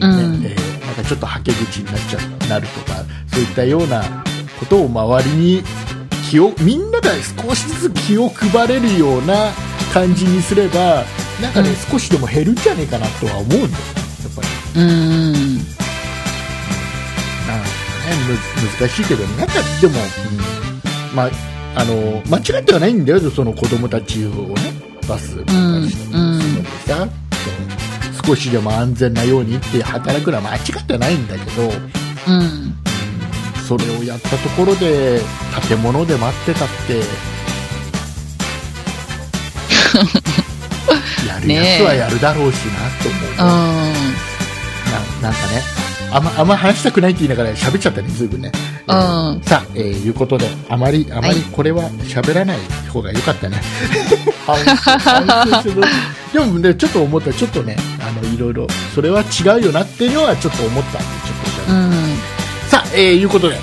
S1: うん。
S2: えーなんかちょっとはけ口になっちゃなるとかそういったようなことを周りに気をみんなが少しずつ気を配れるような感じにすればなんかね、
S1: うん
S2: 少しでも減るんじゃねえかなとは思うんだよねやっぱり
S1: うん。
S2: なんかね、む難しいけど、なんかでも、うんまあ、あの間違ってはないんだよ、その子供たちをね、バスとかし
S1: うん
S2: するのでさ、そう少しでも安全なようにって働くのは間違ってはないんだけど、
S1: うん。
S2: それをやったところで、建物で待って たって。やるやつはやるだろうしなと思う、
S1: う
S2: ななんかねあんまあんま話したくないって言いながら喋っちゃったね随分ね、えー
S1: うん
S2: さあ、えーいうことであまりあ
S1: は
S2: まり
S1: い
S2: これは喋らない方が良かったね、反省 反省するでもねちょっと思ったちょっとねあのいろいろそれは違うよなっていうのはちょっと思ったんでちょっと喋る、
S1: ん。うん。
S2: さあ、えーいうことで、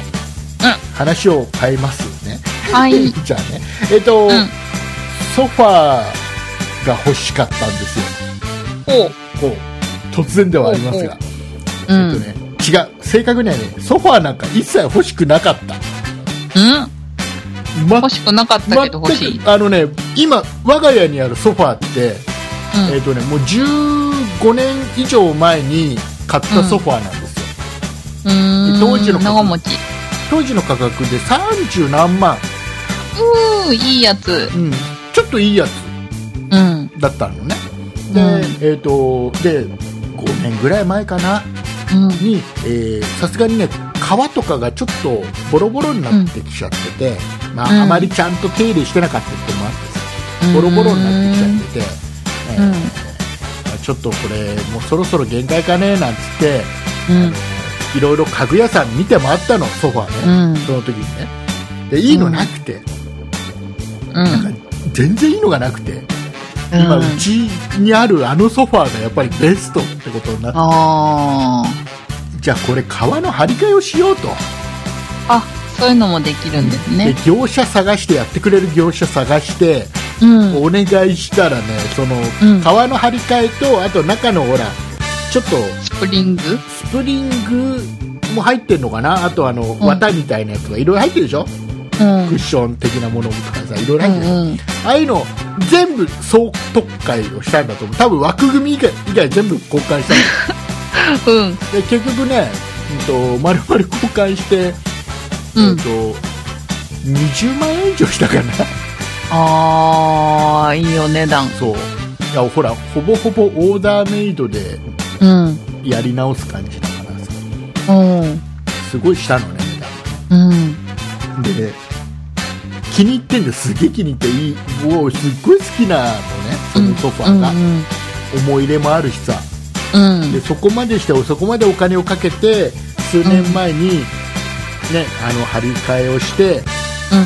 S2: 話を変えますね
S1: はい。
S2: じゃあねえっ、と、
S1: うん
S2: ソファーが欲しかったんですよ。
S1: おう。
S2: こう、突然ではありますが。
S1: う
S2: えっ
S1: ん。う
S2: と
S1: ん。
S2: ね、違う。正確にはね、ソファーなんか一切欲しくなかった。ま
S1: 欲しくなかったけど欲しい。
S2: 全くあのね、今、我が家にあるソファーって、えっ、とね、もう15年以上前に買ったソファーなんですよ。
S1: うん。うーん。
S2: 当時の
S1: 長持ち。
S2: 当時の価格で30何万、
S1: うー、いいやつ。
S2: うん、ちょっといいやつ
S1: うん。
S2: だったのね。で、
S1: うん
S2: えっ、と、で、5年ぐらい前かな、
S1: うん。
S2: に、えーさすがにね、皮とかがちょっとボロボロになってきちゃってて、ま
S1: うん
S2: あ、あまりちゃんと手入れしてなかったってのもあってさ、ボロボロになってきちゃってて、えー
S1: うん。
S2: ちょっとこれ、もうそろそろ限界かねなんつって、
S1: うん。
S2: いろいろ家具屋さん見て回ったの、ソファー
S1: う
S2: ね、
S1: ん。
S2: その時にね。で、いいのなくて、
S1: うん。
S2: 全然いいのがなくて、今、うちにあるあのソファーがやっぱりベストってことになって、
S1: ああ。
S2: じゃあこれ、革の張り替えをしようと。
S1: あ、そういうのもできるんです
S2: で
S1: ね。
S2: 業者探してやってくれる業者探して、
S1: うん。
S2: お願いしたらねその、
S1: うん
S2: 革の張り替えとあと中のほらちょっと
S1: スプリング
S2: スプリングも入ってんのかなあとあの、
S1: ん
S2: 綿みたいなやつがいろいろ入ってるでしょ
S1: うん
S2: クッション的なものとかさいろいろ入ってるでしょ、
S1: うん。
S2: ああいうの全部総特会をしたんだと思う多分枠組み以外以外全部交換したん だ
S1: うん。
S2: で結局ね、うん、と丸々交換して、
S1: う
S2: えっ
S1: ん。
S2: と20万円以上したかな
S1: ああ、いいお値段。
S2: そういやほらほぼほぼオーダーメイドで
S1: うん。
S2: やり直す感じだからさ
S1: うん。
S2: すごいしたのね
S1: うん。
S2: 値段で気に入ってんですげえ気に入っていいもうすっごい好きなのねそのソファーが、
S1: うん。
S2: 思い入れもあるしさ
S1: うん。うん
S2: でそこまでしてそこまでお金をかけて数年前に、ね、あの張り替えをして、
S1: うん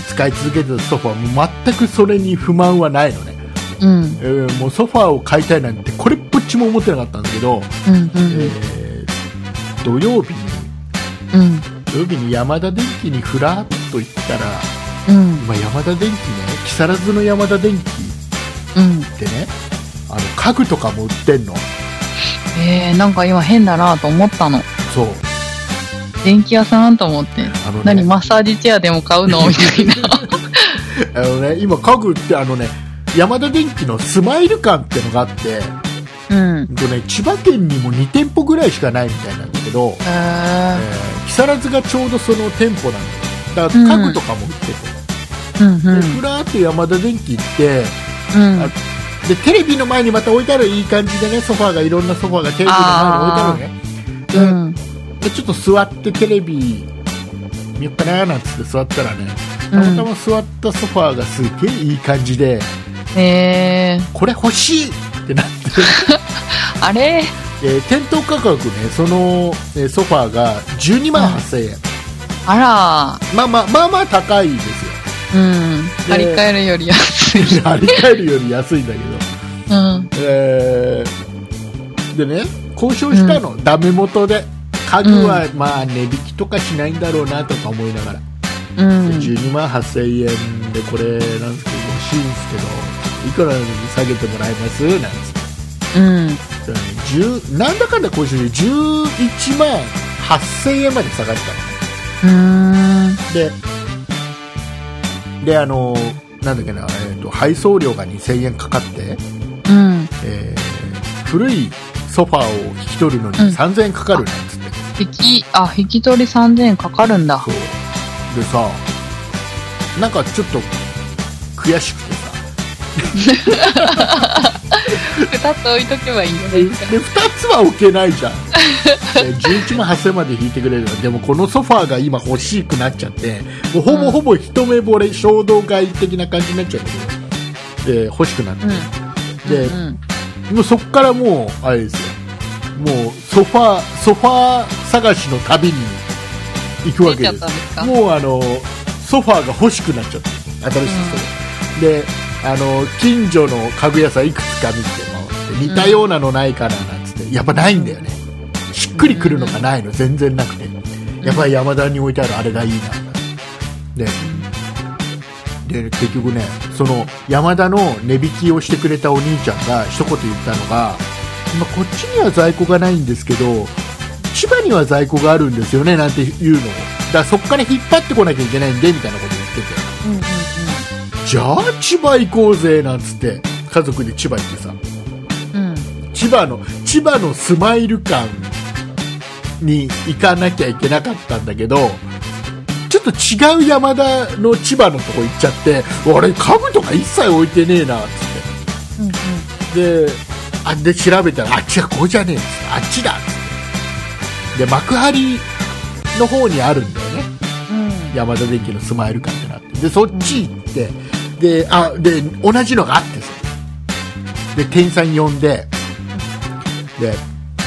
S2: 使い続けてたソファーも全くそれに不満はないのね、
S1: うん。
S2: えーもうソファーを買いたいなんてこれっぽっちも思ってなかったんだけど、
S1: うん。うん。
S2: えー土曜日に
S1: うん。
S2: 土曜日に山田電機にふらっと行ったら
S1: うん。
S2: 今山田電機ね木更津の山田電機
S1: うん。
S2: ってねあの家具とかも売ってんの
S1: えー、なんか今変だなと思ったの。
S2: そう
S1: 電気屋さんと思って。
S2: あの
S1: 何
S2: ね
S1: マッサージチェアでも買うのみたいな。
S2: あのね今家具ってあのね山田電機のスマイル館ってのがあって、
S1: うん。
S2: うんとね、千葉県にも2店舗ぐらいしかないみたいなんだけど、
S1: え
S2: え
S1: ー。
S2: ー木更津がちょうどその店舗なんだよだから家具とかも売ってて、
S1: うん。う
S2: でふ
S1: ん。
S2: らーっと山田電機行って
S1: うん。
S2: あでテレビの前にまた置いてあるいい感じでねソファーがいろんなソファーがテレビの前に置いてある
S1: う
S2: のね
S1: ん。
S2: ででちょっと座ってテレビ見よっかなーなんつって座ったらねたまたま座ったソファーがすげえいい感じで
S1: えー。
S2: これ欲しいってなって、
S1: あれ
S2: えー店頭価格ねその、えーソファーが12万8000円、
S1: あ
S2: まあまあまあまあ高いですよ
S1: ら。うん。張り替えるより安い。
S2: 張り替えるよ り安いんだけど
S1: うん。
S2: えーでね交渉したの、ダメ元で家具は、まあ値引きとかしないんだろうなとか思いながら、
S1: うん。
S2: 12万8000円でこれなんですけど欲しいんですけどいくら下げてもらえますなんつっ
S1: う
S2: て
S1: ん。
S2: 言ったらね10なんだかんだ交渉で11万8000円まで下がったの
S1: うーん。
S2: でであのなんだっけな、えーと配送料が2000円かかって、
S1: うん。
S2: えー古いソファーを引き取るのに
S1: うん
S2: 3000円かかるなんつって、
S1: 引き、あ、引き取り3000円かかるんだ
S2: そ。うでさなんかちょっと悔しくてさ
S1: 2つ置いとけばいいんじゃな
S2: で
S1: い
S2: 2
S1: ですか。
S2: つは置けないじゃんで11万8000円まで引いてくれるのでもこのソファーが今欲しくなっちゃってもうほぼほぼ一目惚れ衝動買い的な感じになっちゃうんだけどで欲しくなって、で、
S1: うん。うん。
S2: もうそこからもう、あれですよ、もうソファー、ソファー探しの旅に行くわ
S1: つい
S2: け
S1: ちゃ
S2: で
S1: った。
S2: す
S1: んですか
S2: もうあの、ソファーが欲しくなっちゃって、新しいソファー。で、あの、近所の家具屋さんいくつか見て回って、似たようなのないかななんつって、やっぱないんだよね。しっくりくるのがないの、全然なくて。やっぱり山田に置いてあるあれがいいな。で、で結局ねその山田の値引きをしてくれたお兄ちゃんが一言言ったのが、まあこっちには在庫がないんですけど千葉には在庫があるんですよねなんていうのだからそこから引っ張ってこなきゃいけないんでみたいなこと言って
S1: うん
S2: て。
S1: うん
S2: じゃあ千葉行こうぜなんつって家族で千葉行ってさ
S1: うん。うん。
S2: 千葉の千葉のスマイル館に行かなきゃいけなかったんだけどちょっと違う山田の千葉のとこ行っちゃって俺家具とか一切置いてねえなっつってであで調べたらあっちはこうじゃねえっつってあっちだっつってで幕張の方にあるんだよね
S1: うん。
S2: 山田電機のスマイル館ってなってでそっち行って、であで同じのがあってさで店員さん呼んでで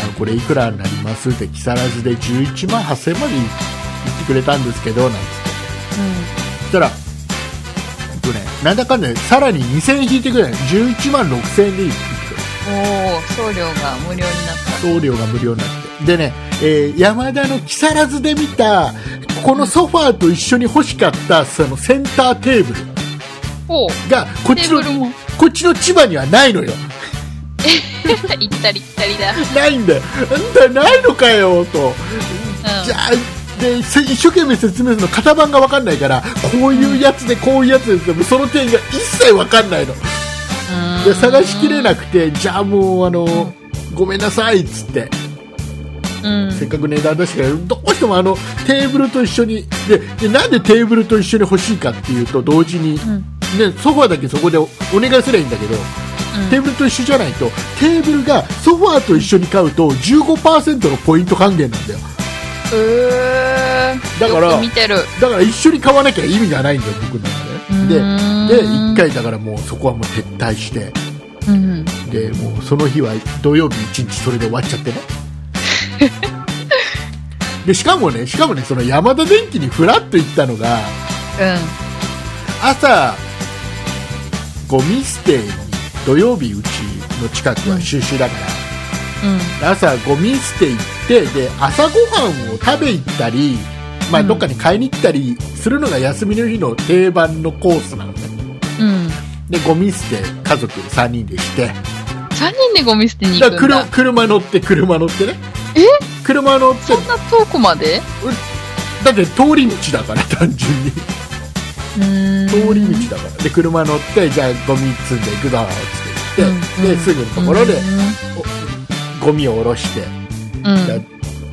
S2: あのこれいくらになりますって木更津で11万8000まで言ってくれたんですけどなんつってそしたら、えっとね、なんだかんだ、ね、さらに2000円引いてくれない11万6000円でいいって
S1: おお、送料が無料になった。
S2: 言って送料が無料になってでね、えー、山田の木更津で見たこのソファーと一緒に欲しかったそのセンターテーブル
S1: おお。
S2: がこっ
S1: テ
S2: ち
S1: ー
S2: の
S1: ブルも
S2: こっちの千葉にはないのよ
S1: 行ったり来たりだ。
S2: ないんだよなんだないのかよとじゃあでせ一生懸命説明するの型番が分かんないからこういうやつでこういうやつででもその点が一切分かんないの
S1: うん。
S2: で探しきれ
S1: い。
S2: なくてじゃあもうあのごめんなさいっつって
S1: うん。
S2: せっかく値段出してからどうしてもあのテーブルと一緒にででなんでテーブルと一緒に欲しいかっていうと同時に、
S1: うん。
S2: ね、ソファーだけそこでおお願いすればいいんだけどテーブルと一緒じゃないとテーブルがソファーと一緒に買うと15%のポイント還元なんだよ
S1: うん。
S2: だから
S1: よく見てる。
S2: だから一緒に買わなきゃ意味がないんだよ僕の中ででで1回だからもうそこはもう撤退して
S1: 回。うん。
S2: でもうその日は土曜日一日それで終わっちゃってねでしかもねしかもねその山田電機にフラッと行ったのが
S1: うん。
S2: 朝ゴミ捨てに土曜日うちの近くは収集だから、
S1: うん。
S2: 朝ゴミ捨て行ってで朝ごはんを食べ行ったり、まあ、
S1: うん
S2: どっかに買いに行ったりするのが休みの日の定番のコースなのね
S1: うん。
S2: でゴミ捨て家族3人でして
S1: 3人でゴミ捨てに行
S2: だ
S1: く
S2: から
S1: んだ
S2: 車車乗って車乗ってね
S1: え
S2: 車乗って
S1: そんな遠くまで
S2: だって通り道だから単純に通
S1: 通
S2: り道だからで車乗ってじゃあゴミ積んでいくぞっつって行って、ですぐのところでゴミを下ろして、
S1: うん
S2: じゃあ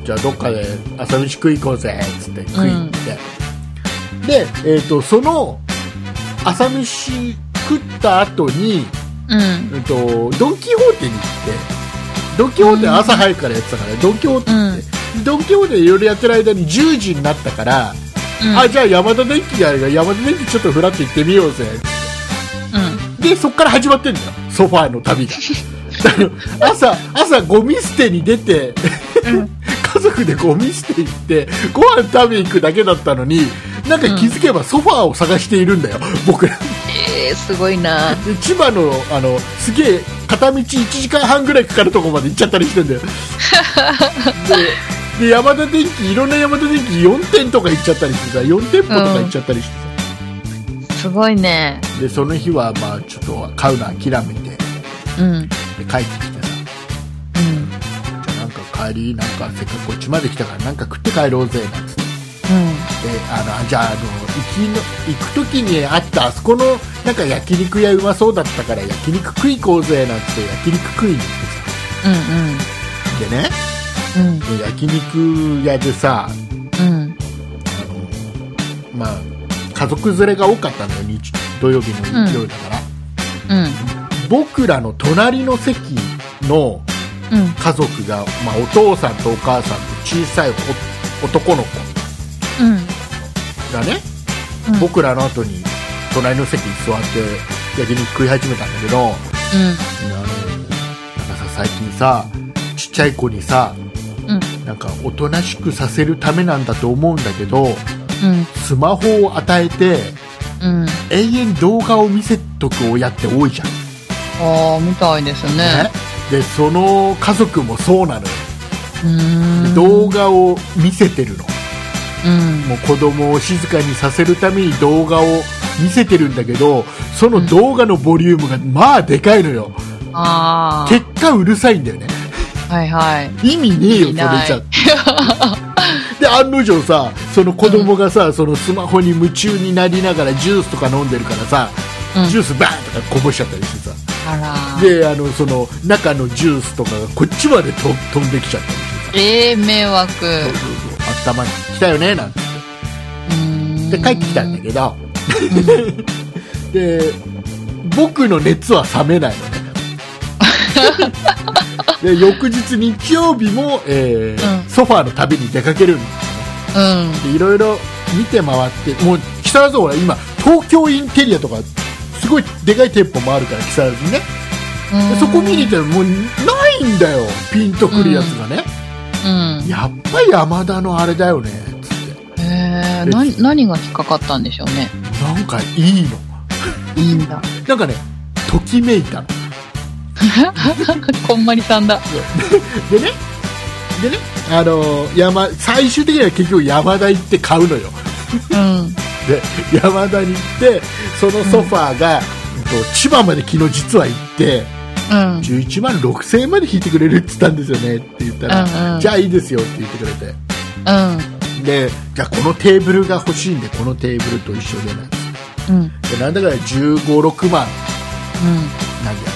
S2: じゃあどっかで朝飯食い行こうぜっつって食い行って、で、えー、とその朝飯食った後に、
S1: うん
S2: えー、とドン・キホーテに行ってドン・キホーテは朝早くからやってたからドン・キホーテ行って、ドン・キホーテいろいろやってる間に10時になったから、
S1: うん
S2: あじゃあ山田電機があるから山田電機ちょっとフラッと行ってみようぜ
S1: うん
S2: でそっから始まってんだよソファーの旅がだから 朝朝ゴミ捨てに出て家族でゴミ捨て行ってご飯食べ行くだけだったのになんか気づけばソファーを探しているんだよ、僕ら
S1: えー、すごいな
S2: で千葉のあのすげえ片道1時間半ぐらいかかるとこまで行っちゃったりしてんだよでで山田電機いろんな山田電機4店とか行っちゃったりしてさ4店舗とか行っちゃったりしてさ、
S1: すごいね
S2: でその日はまあちょっと買うの諦めてで
S1: うんうん
S2: 帰ってきてさじゃあなんか帰りなんかせっかくこっちまで来たからなんか食って帰ろうぜなんつってであのじゃああの行きの行く時にあったあそこのなんか焼肉屋うまそうだったから焼肉食い行こうぜなんつって焼肉食いに行って
S1: う
S2: さでね
S1: んうん
S2: 焼肉屋でさ
S1: うんうん
S2: あのまあ家族連れが多かったのよ日土曜日の日曜日だから、
S1: うん
S2: 僕らの隣の席の
S1: うん
S2: 家族が、まあ、お父さんとお母さんと小さいお男の子
S1: うん
S2: がね、
S1: うん
S2: 僕らの後に隣の席に座って焼肉食い始めたんだけど、あのなんかさ最近さちっちゃい子にさ
S1: うん
S2: なんかおとなしくさせるためなんだと思うんだけど
S1: うん
S2: スマホを与えて
S1: うん
S2: 永遠動画を見せとく親って多いじゃん、
S1: ああみたいですね
S2: ね、でその家族もそうなのよ
S1: うーん
S2: 動画を見せてるの
S1: うん
S2: もう子供を静かにさせるために動画を見せてるんだけど、その動画のボリュームがまあでかいのよ。
S1: あ
S2: 結果うるさいんだよね。
S1: あ。はいはい。
S2: 意味ねえ
S1: い
S2: よ、それじ
S1: ない
S2: ゃ。で、案の定さ、その子供がさ、そのスマホに夢中になりながらジュースとか飲んでるからさ、
S1: うん
S2: ジュースバーンとかこぼしちゃったりしてさ。
S1: あら。
S2: で、あの、その中のジュースとかがこっちまでと飛んできちゃったりしてさ。
S1: ええ迷惑。
S2: そうそうそう頭に来たよねなんてで帰ってきたんだけど で僕の熱は冷めないのね で翌日日曜日も、えー
S1: うん
S2: ソファーの旅に出かけるんで
S1: ど。うん。
S2: いろいろ見て回ってもう木更津ほら今東京インテリアとかすごいでかい店舗もあるから木更津にねでそこ見に行ったらもうないんだよピンとくるやつがね、
S1: うん。
S2: やっぱり山田のあれだよねつって
S1: えー、な何が引っかかったんでしょうね。
S2: なんかいいの
S1: いいんだ。
S2: なんかねときめいたの
S1: こんまりさんだ。
S2: でねでねあのー山最終的には結局山田行って買うのよ
S1: うん。
S2: で山田に行ってそのソファーが、うんと千葉まで昨日実は行って
S1: うん。
S2: 11万6000円まで引いてくれるって言ったんですよねって言ったら、
S1: うんうん
S2: じゃあいいですよって言ってくれて
S1: うん。
S2: でじゃあこのテーブルが欲しいんでこのテーブルと一緒でなんて
S1: うん。うん。
S2: でなんだか1 5 6万なんだよ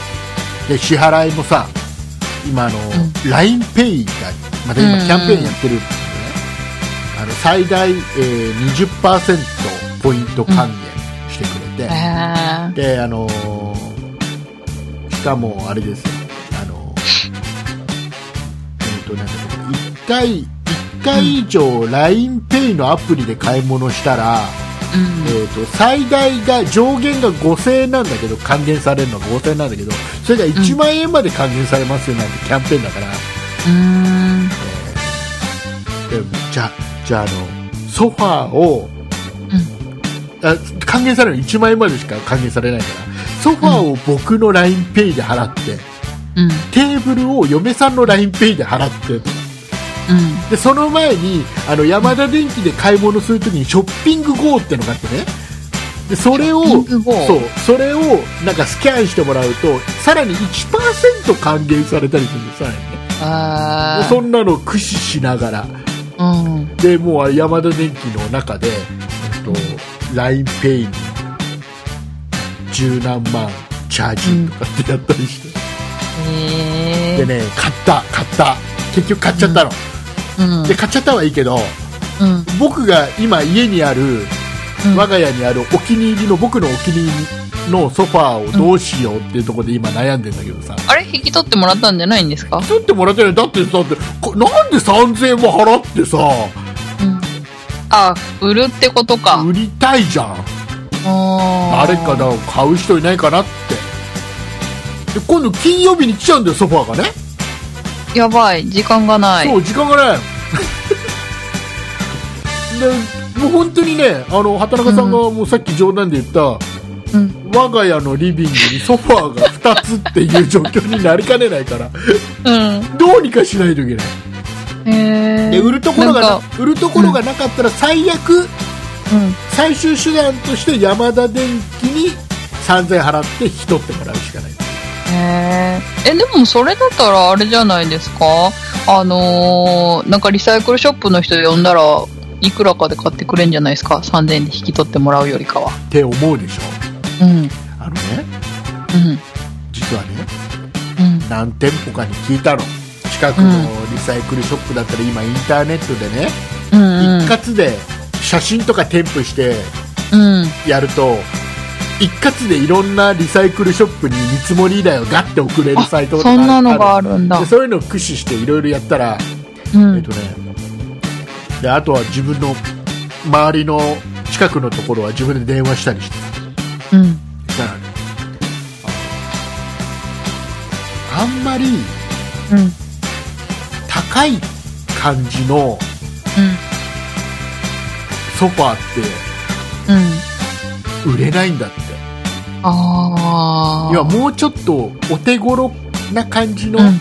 S2: で支払いもさ今あの、
S1: う
S2: LINEPay がまた今
S1: うんうん
S2: キャンペーンやってるんでね、あの最大、えー、20%ポイント還元してくれて、
S1: え
S2: であのーしかもあれですよあのーえっ、となんだろう1回1回以上 LINEPay のアプリで買い物した
S1: ー、
S2: ら、
S1: うん。
S2: えー、と最大が上限が5000円なんだけど還元されるのが5000円なんだけどそれが1万円まで還元されますよなんてキャンペーンだから、
S1: うーん。
S2: でじゃあじゃああのソファーを
S1: うん。
S2: あ還元されるの1万円までしか還元されないからソファーを僕の LINEPay で払って、
S1: うん。
S2: テーブルを嫁さんの LINEPay で払って
S1: うん。
S2: でその前にあの山田電機で買い物するときにショッピング GO ってのがあってねでそれを
S1: ショッピング GO
S2: そうそれをなんかスキャンしてもらうとさらに1%還元されたりするんですさらにね
S1: あ
S2: で
S1: ー
S2: そんなのを駆使しながら
S1: うん。
S2: でもうあれ山田電機の中で、えっと、LINEPay に十何万チャージとかってやったりして、
S1: え
S2: でね買った買った結局買っちゃったの、
S1: ー、うん。
S2: で買っちゃったはいいけど
S1: うん。
S2: 僕が今家にある
S1: うん
S2: 我が家にあるお気に入りの僕のお気に入りのソファーをどうしようっていうところで今悩んでんだけどさ
S1: あれ引き取ってもらったんじゃないんですか
S2: 取ってもらってないだってだってこなんで3000円も払ってさ
S1: うん。あ、売るってことか。
S2: 売りたいじゃん
S1: あ
S2: 誰か
S1: だ
S2: な買う人いないかなってで今度金曜日に来ちゃうんだよソファーがね、
S1: やばい、時間がない。
S2: そう時間 がないのでもう本当にねあの畑中さんがもうさっき冗談で言った、
S1: うん。
S2: 我が家のリビングにソファーが2つっていう状況になりかねないか
S1: う
S2: ら
S1: ん。
S2: どうにかしないといけない
S1: えー。
S2: で売るところが
S1: なん
S2: な
S1: か
S2: 売るところがなかったら最悪
S1: うん。
S2: 最終手段として山田電機に3000円払って引き取ってもらうしかない
S1: へーえ、でもそれだったらあれじゃないですかあのー、なんかリサイクルショップの人呼んだらいくらかで買ってくれんじゃないですか3000円で引き取ってもらうよりかは
S2: って思うでしょ
S1: うんうん
S2: あのね実はね
S1: うん
S2: 何店舗かに聞いたの近くのリサイクルショップだったら今インターネットでね、
S1: うん
S2: 一括で写真とか添付して
S1: うん
S2: やると一括でいろんなリサイクルショップに見積もり依頼をガッて送れるサイト
S1: そんなのがあ
S2: る
S1: るんだ
S2: でそういうのを駆使していろいろやったら、
S1: う
S2: えっ
S1: ん
S2: とねであとは自分の周りの近くのところは自分で電話したりして
S1: うん
S2: したらねあのあんまり
S1: うんうん
S2: 高い感じのソファーっ
S1: うん
S2: て売れないんだって
S1: ああ
S2: 要はもうちょっとお手頃な感じの、
S1: うん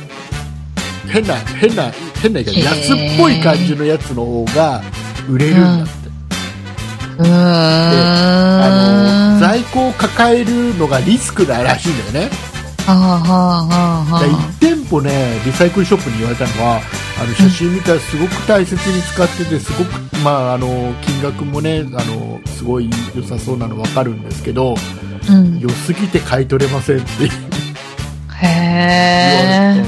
S2: 変な変な変な言い方
S1: へー
S2: 安っぽい感じのやつの方が売れるんだって、
S1: うーん。
S2: あの在庫を抱えるのがリスクだらしいんだよね、
S1: はあはあはあ
S2: で
S1: は
S2: 1店舗ねリサイクルショップに言われたのはあの写真見たらすごく大切に使っててすごく、まあ、あの金額もねあのすごい良さそうなの分かるんですけど
S1: あ。うん。
S2: 良すぎて買い取れませんって言
S1: へ
S2: われたんだよ
S1: え
S2: ね。、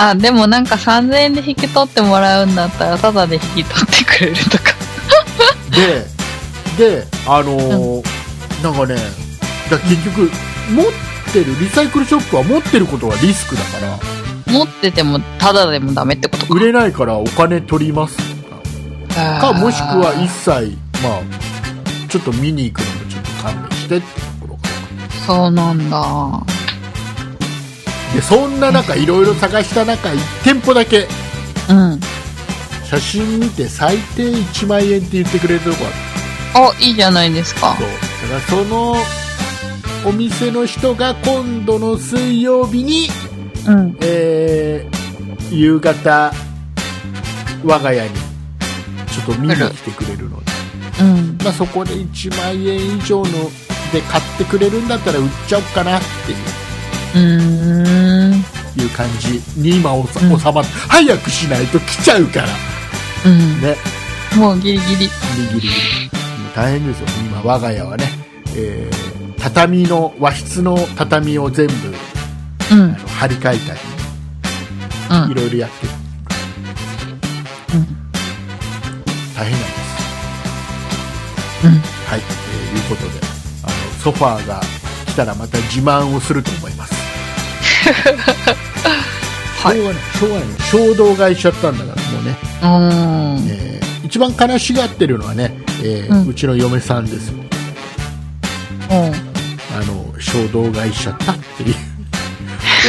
S1: あ、でもなんか3000円で引き取ってもらうんだったら、ただで引き取ってくれるとか。
S2: でであのーなんかねだから結局持ってるリサイクルショップは持ってることがリスクだから
S1: 持ってても、ただでもダメってことか。
S2: 売れないからお金取りますかもしくは一切まあちょっと見に行くのもちょっと勘弁してってところか
S1: そうなんだ。は
S2: なでそんな中いろいろ探した中1店舗だけ
S1: うん。
S2: 写真見て最低1万円って言ってくれるとこあっ
S1: あ、いいじゃないですか
S2: た。だからそのお店の人が今度の水曜日に
S1: うん。
S2: えー夕方我が家にちょっと見に来てくれるので、
S1: うん。
S2: まあ、そこで1万円以上ので買ってくれるんだったら売っちゃおうかなっていう
S1: ーん。
S2: ういう感じに今おさ
S1: う
S2: 収ま
S1: ん
S2: って、早くしないと来ちゃうから
S1: うん。
S2: ね
S1: もうギリギリ。
S2: ギリギリギリもう大変ですよ今我が家はね、えー畳の和室の畳を全部
S1: うん。う
S2: あの張り替えたりい
S1: ん。
S2: ろいろやってる
S1: うん。
S2: 大変なんです
S1: うん。
S2: はい、えーいうことであのソファーが来たらまた自慢をすると思います
S1: はい
S2: しょうがないしょうがない衝動買いしちゃったんだからもう
S1: う
S2: ね、
S1: ん。
S2: えー一番悲しがってるのはね、えーう
S1: うん
S2: ちの嫁さんです
S1: うん
S2: あの衝動買いしちゃったっていう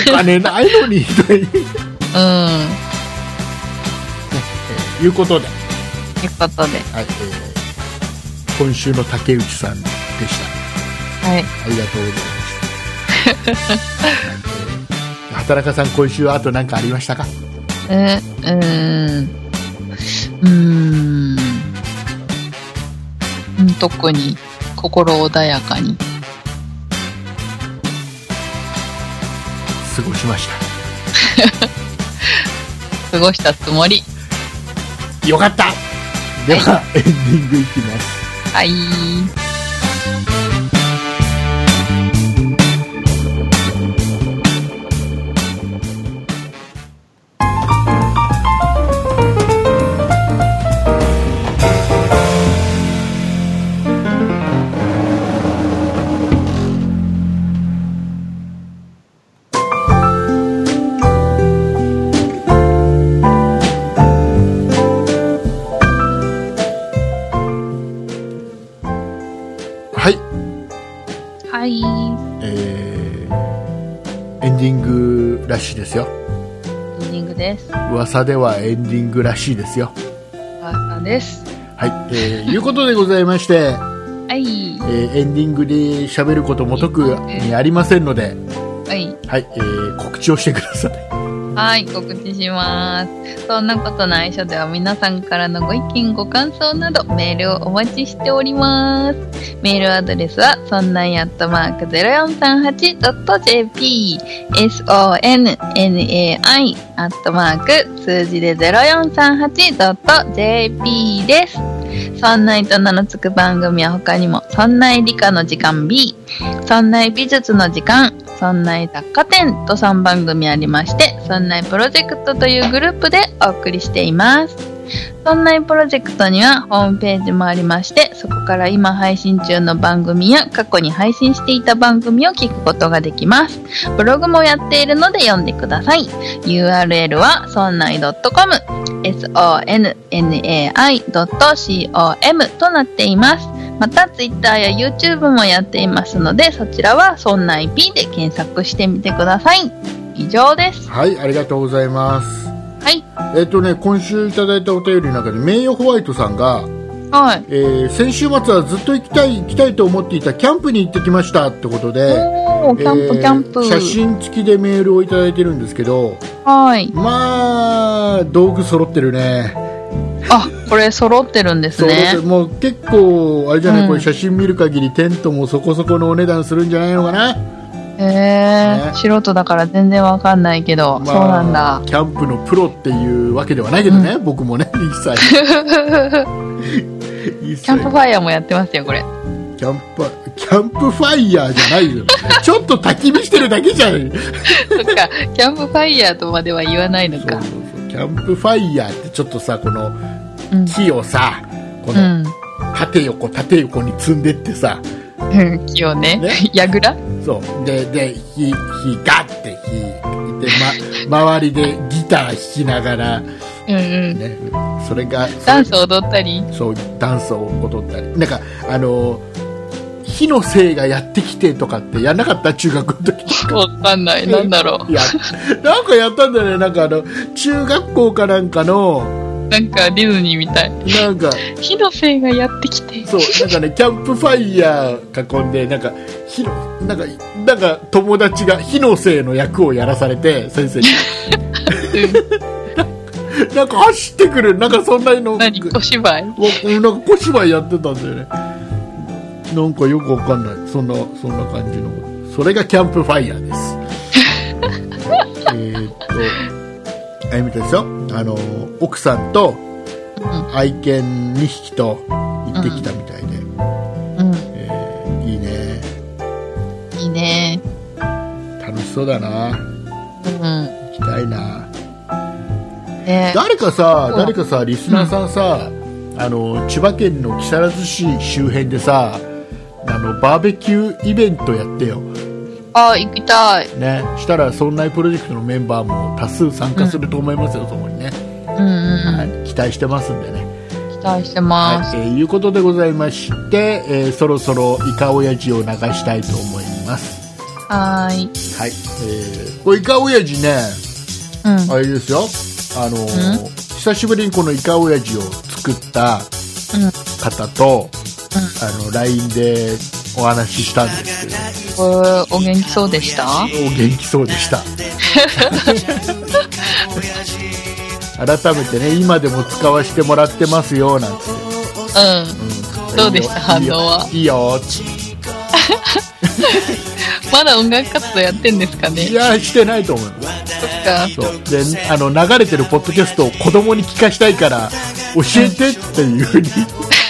S2: お金ないのにという
S1: うん。
S2: いうことで、
S1: ということで。
S2: はいえー今週の竹内さんでした
S1: はい。
S2: ありがとうございます。えー畑中さん、今週はあと何かありましたか
S1: え、うーん。うーんうん。特に心穏やかに
S2: 過ごしまし
S1: 過ごしたつもり。
S2: た。よかったでは、エンディングいきます。
S1: はい。
S2: はい、
S1: はい。
S2: えー、エンディングらしいですよ。
S1: エンディングです。
S2: 噂ではエンディングらしいですよ。
S1: 朝です。
S2: はい、えー、いうことでございまして、
S1: はい
S2: え。ーエンディングで喋ることも特にありませんので、
S1: はい。
S2: はい、えー、告知をしてください。
S1: はい、告知します。そんなことない書では皆さんからのご意見、ご感想などメールをお待ちしております。メールアドレスは、そんなんやっとマーク 0438.jp、sonnai アットマーク数字で 0438.jp です。そんないと名の付く番組は他にも、そんない理科の時間 B、そんない美術の時間、そんない雑貨店と3番組ありまして、そんないプロジェクトというグループでお送りしています。そんないプロジェクトにはホームページもありまして、そこから今配信中の番組や過去に配信していた番組を聞くことができます。ブログもやっているので読んでください。URL はそんない .com、sonnai.com となっています。また Twitter や YouTube もやっていますのでそちらは「そんな IP」で検索してみてください以上です
S2: はい、ありがとうございます。
S1: はい
S2: えっ、とね、今週いただいたお便りの中で、名誉ホワイトさんが、
S1: はい
S2: えー先週末はずっと行きたい行きたいと思っていたキャンプに行ってきましたってことで、
S1: おおキャンプ、
S2: えー
S1: キャンプ
S2: 写真付きでメールをいただいてるんですけど
S1: はい
S2: まあ道具揃ってるね
S1: あ、これ揃ってるんですね
S2: そう。もう結構あれじゃない、
S1: うん
S2: これ写真見る限りテントもそこそこのお値段するんじゃないのかな、
S1: へ
S2: ね
S1: え、素人だから全然わかんないけど、
S2: まあ
S1: そうなんだ。
S2: キャンプのプロっていうわけではないけどね、僕も ね一切一切
S1: キャンプファイヤーもやってますよ、これ。
S2: キャンプキャンプファイヤーじゃな いよちょっと焚き火してるだけじゃん
S1: そっか、キャンプファイヤーとまでは言わないの
S2: そう
S1: か。
S2: そうそうキャンプファイヤーってちょっとさこの
S1: うん。
S2: 木をさこ
S1: う
S2: の
S1: ん
S2: 縦横縦横に積んでってさ
S1: うん。木をね
S2: ね、
S1: やぐら
S2: そうでで火火ガッて火で、ま、周りでギター弾きながら、ね、
S1: うんうん。
S2: それが
S1: ダンス踊ったり。
S2: そうダンスを踊ったりなんかあの火の精がやってきてとかってやんなかった中学の時
S1: わかん ない。なんだろ
S2: いやなんかやったんだよねなんかあの中学校かなんかの
S1: う。なんかディズニーみたい。
S2: なんか
S1: 火のせいがやってきて。
S2: そうなんかねキャンプファイヤー囲んでなんか火のなんかなんか友達が火の精の役をやらされて 先生に なんか走ってくるなんかそんなの
S1: 何お芝居
S2: わなんか小芝居やってたんだよねなんかよくわかんないそんなそんな感じのそれがキャンプファイヤーです えーっとあゆみたですよあの奥さんと
S1: ん
S2: 愛犬2匹と行ってきたみたいで、
S1: うん。
S2: えーいいね
S1: いいね。
S2: 楽しそうだな
S1: うん。
S2: 行きたいな
S1: ね
S2: 誰かさ
S1: うん
S2: 誰かさリスナーさんさ、あの千葉県の木更津市周辺でさあのバーベキューイベントやってよ、
S1: あ、行きたい。
S2: ね、したらそんなプロジェクトのメンバーも多数参加すると思いますよ、そこにね、
S1: うんうん
S2: は
S1: う
S2: い
S1: ん。
S2: 期待してますんでね、
S1: 期待してま
S2: は
S1: す。
S2: いえーいうことでございまして、えーそろそろイカオヤジを流したいと思います
S1: はーい。
S2: はい、えー、これイカオヤジね
S1: うん。
S2: あれですよあのー久しぶりにこのイカオヤジを作った
S1: うん
S2: 方と、あの LINE でお話ししたんですけど
S1: おお元気そうでした
S2: お元気そうでした 改めてね今でも使わせてもらってますよなんつって、
S1: うん。
S2: うん
S1: どうでした
S2: いいよ
S1: 反応はい
S2: いよいいよつっ
S1: まだ音楽活動やってんですか
S2: てい
S1: ね
S2: やしてないと思う
S1: そっか。
S2: そうであの流れてるポッドキャストを子供に聞かしたいから教えてっていうふうに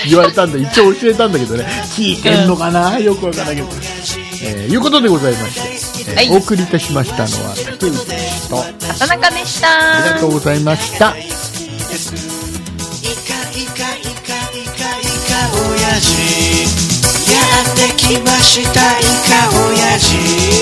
S2: 言われたんで一応教えたんだけどね聞いてんのかな、よくわからないけど、えーいうことでございまして、えー
S1: はい
S2: お送りいたしましたのは竹内と
S1: 田中でした
S2: ありがとうございました
S3: イカイカイカイカイカオヤジやってきましたイカオヤジ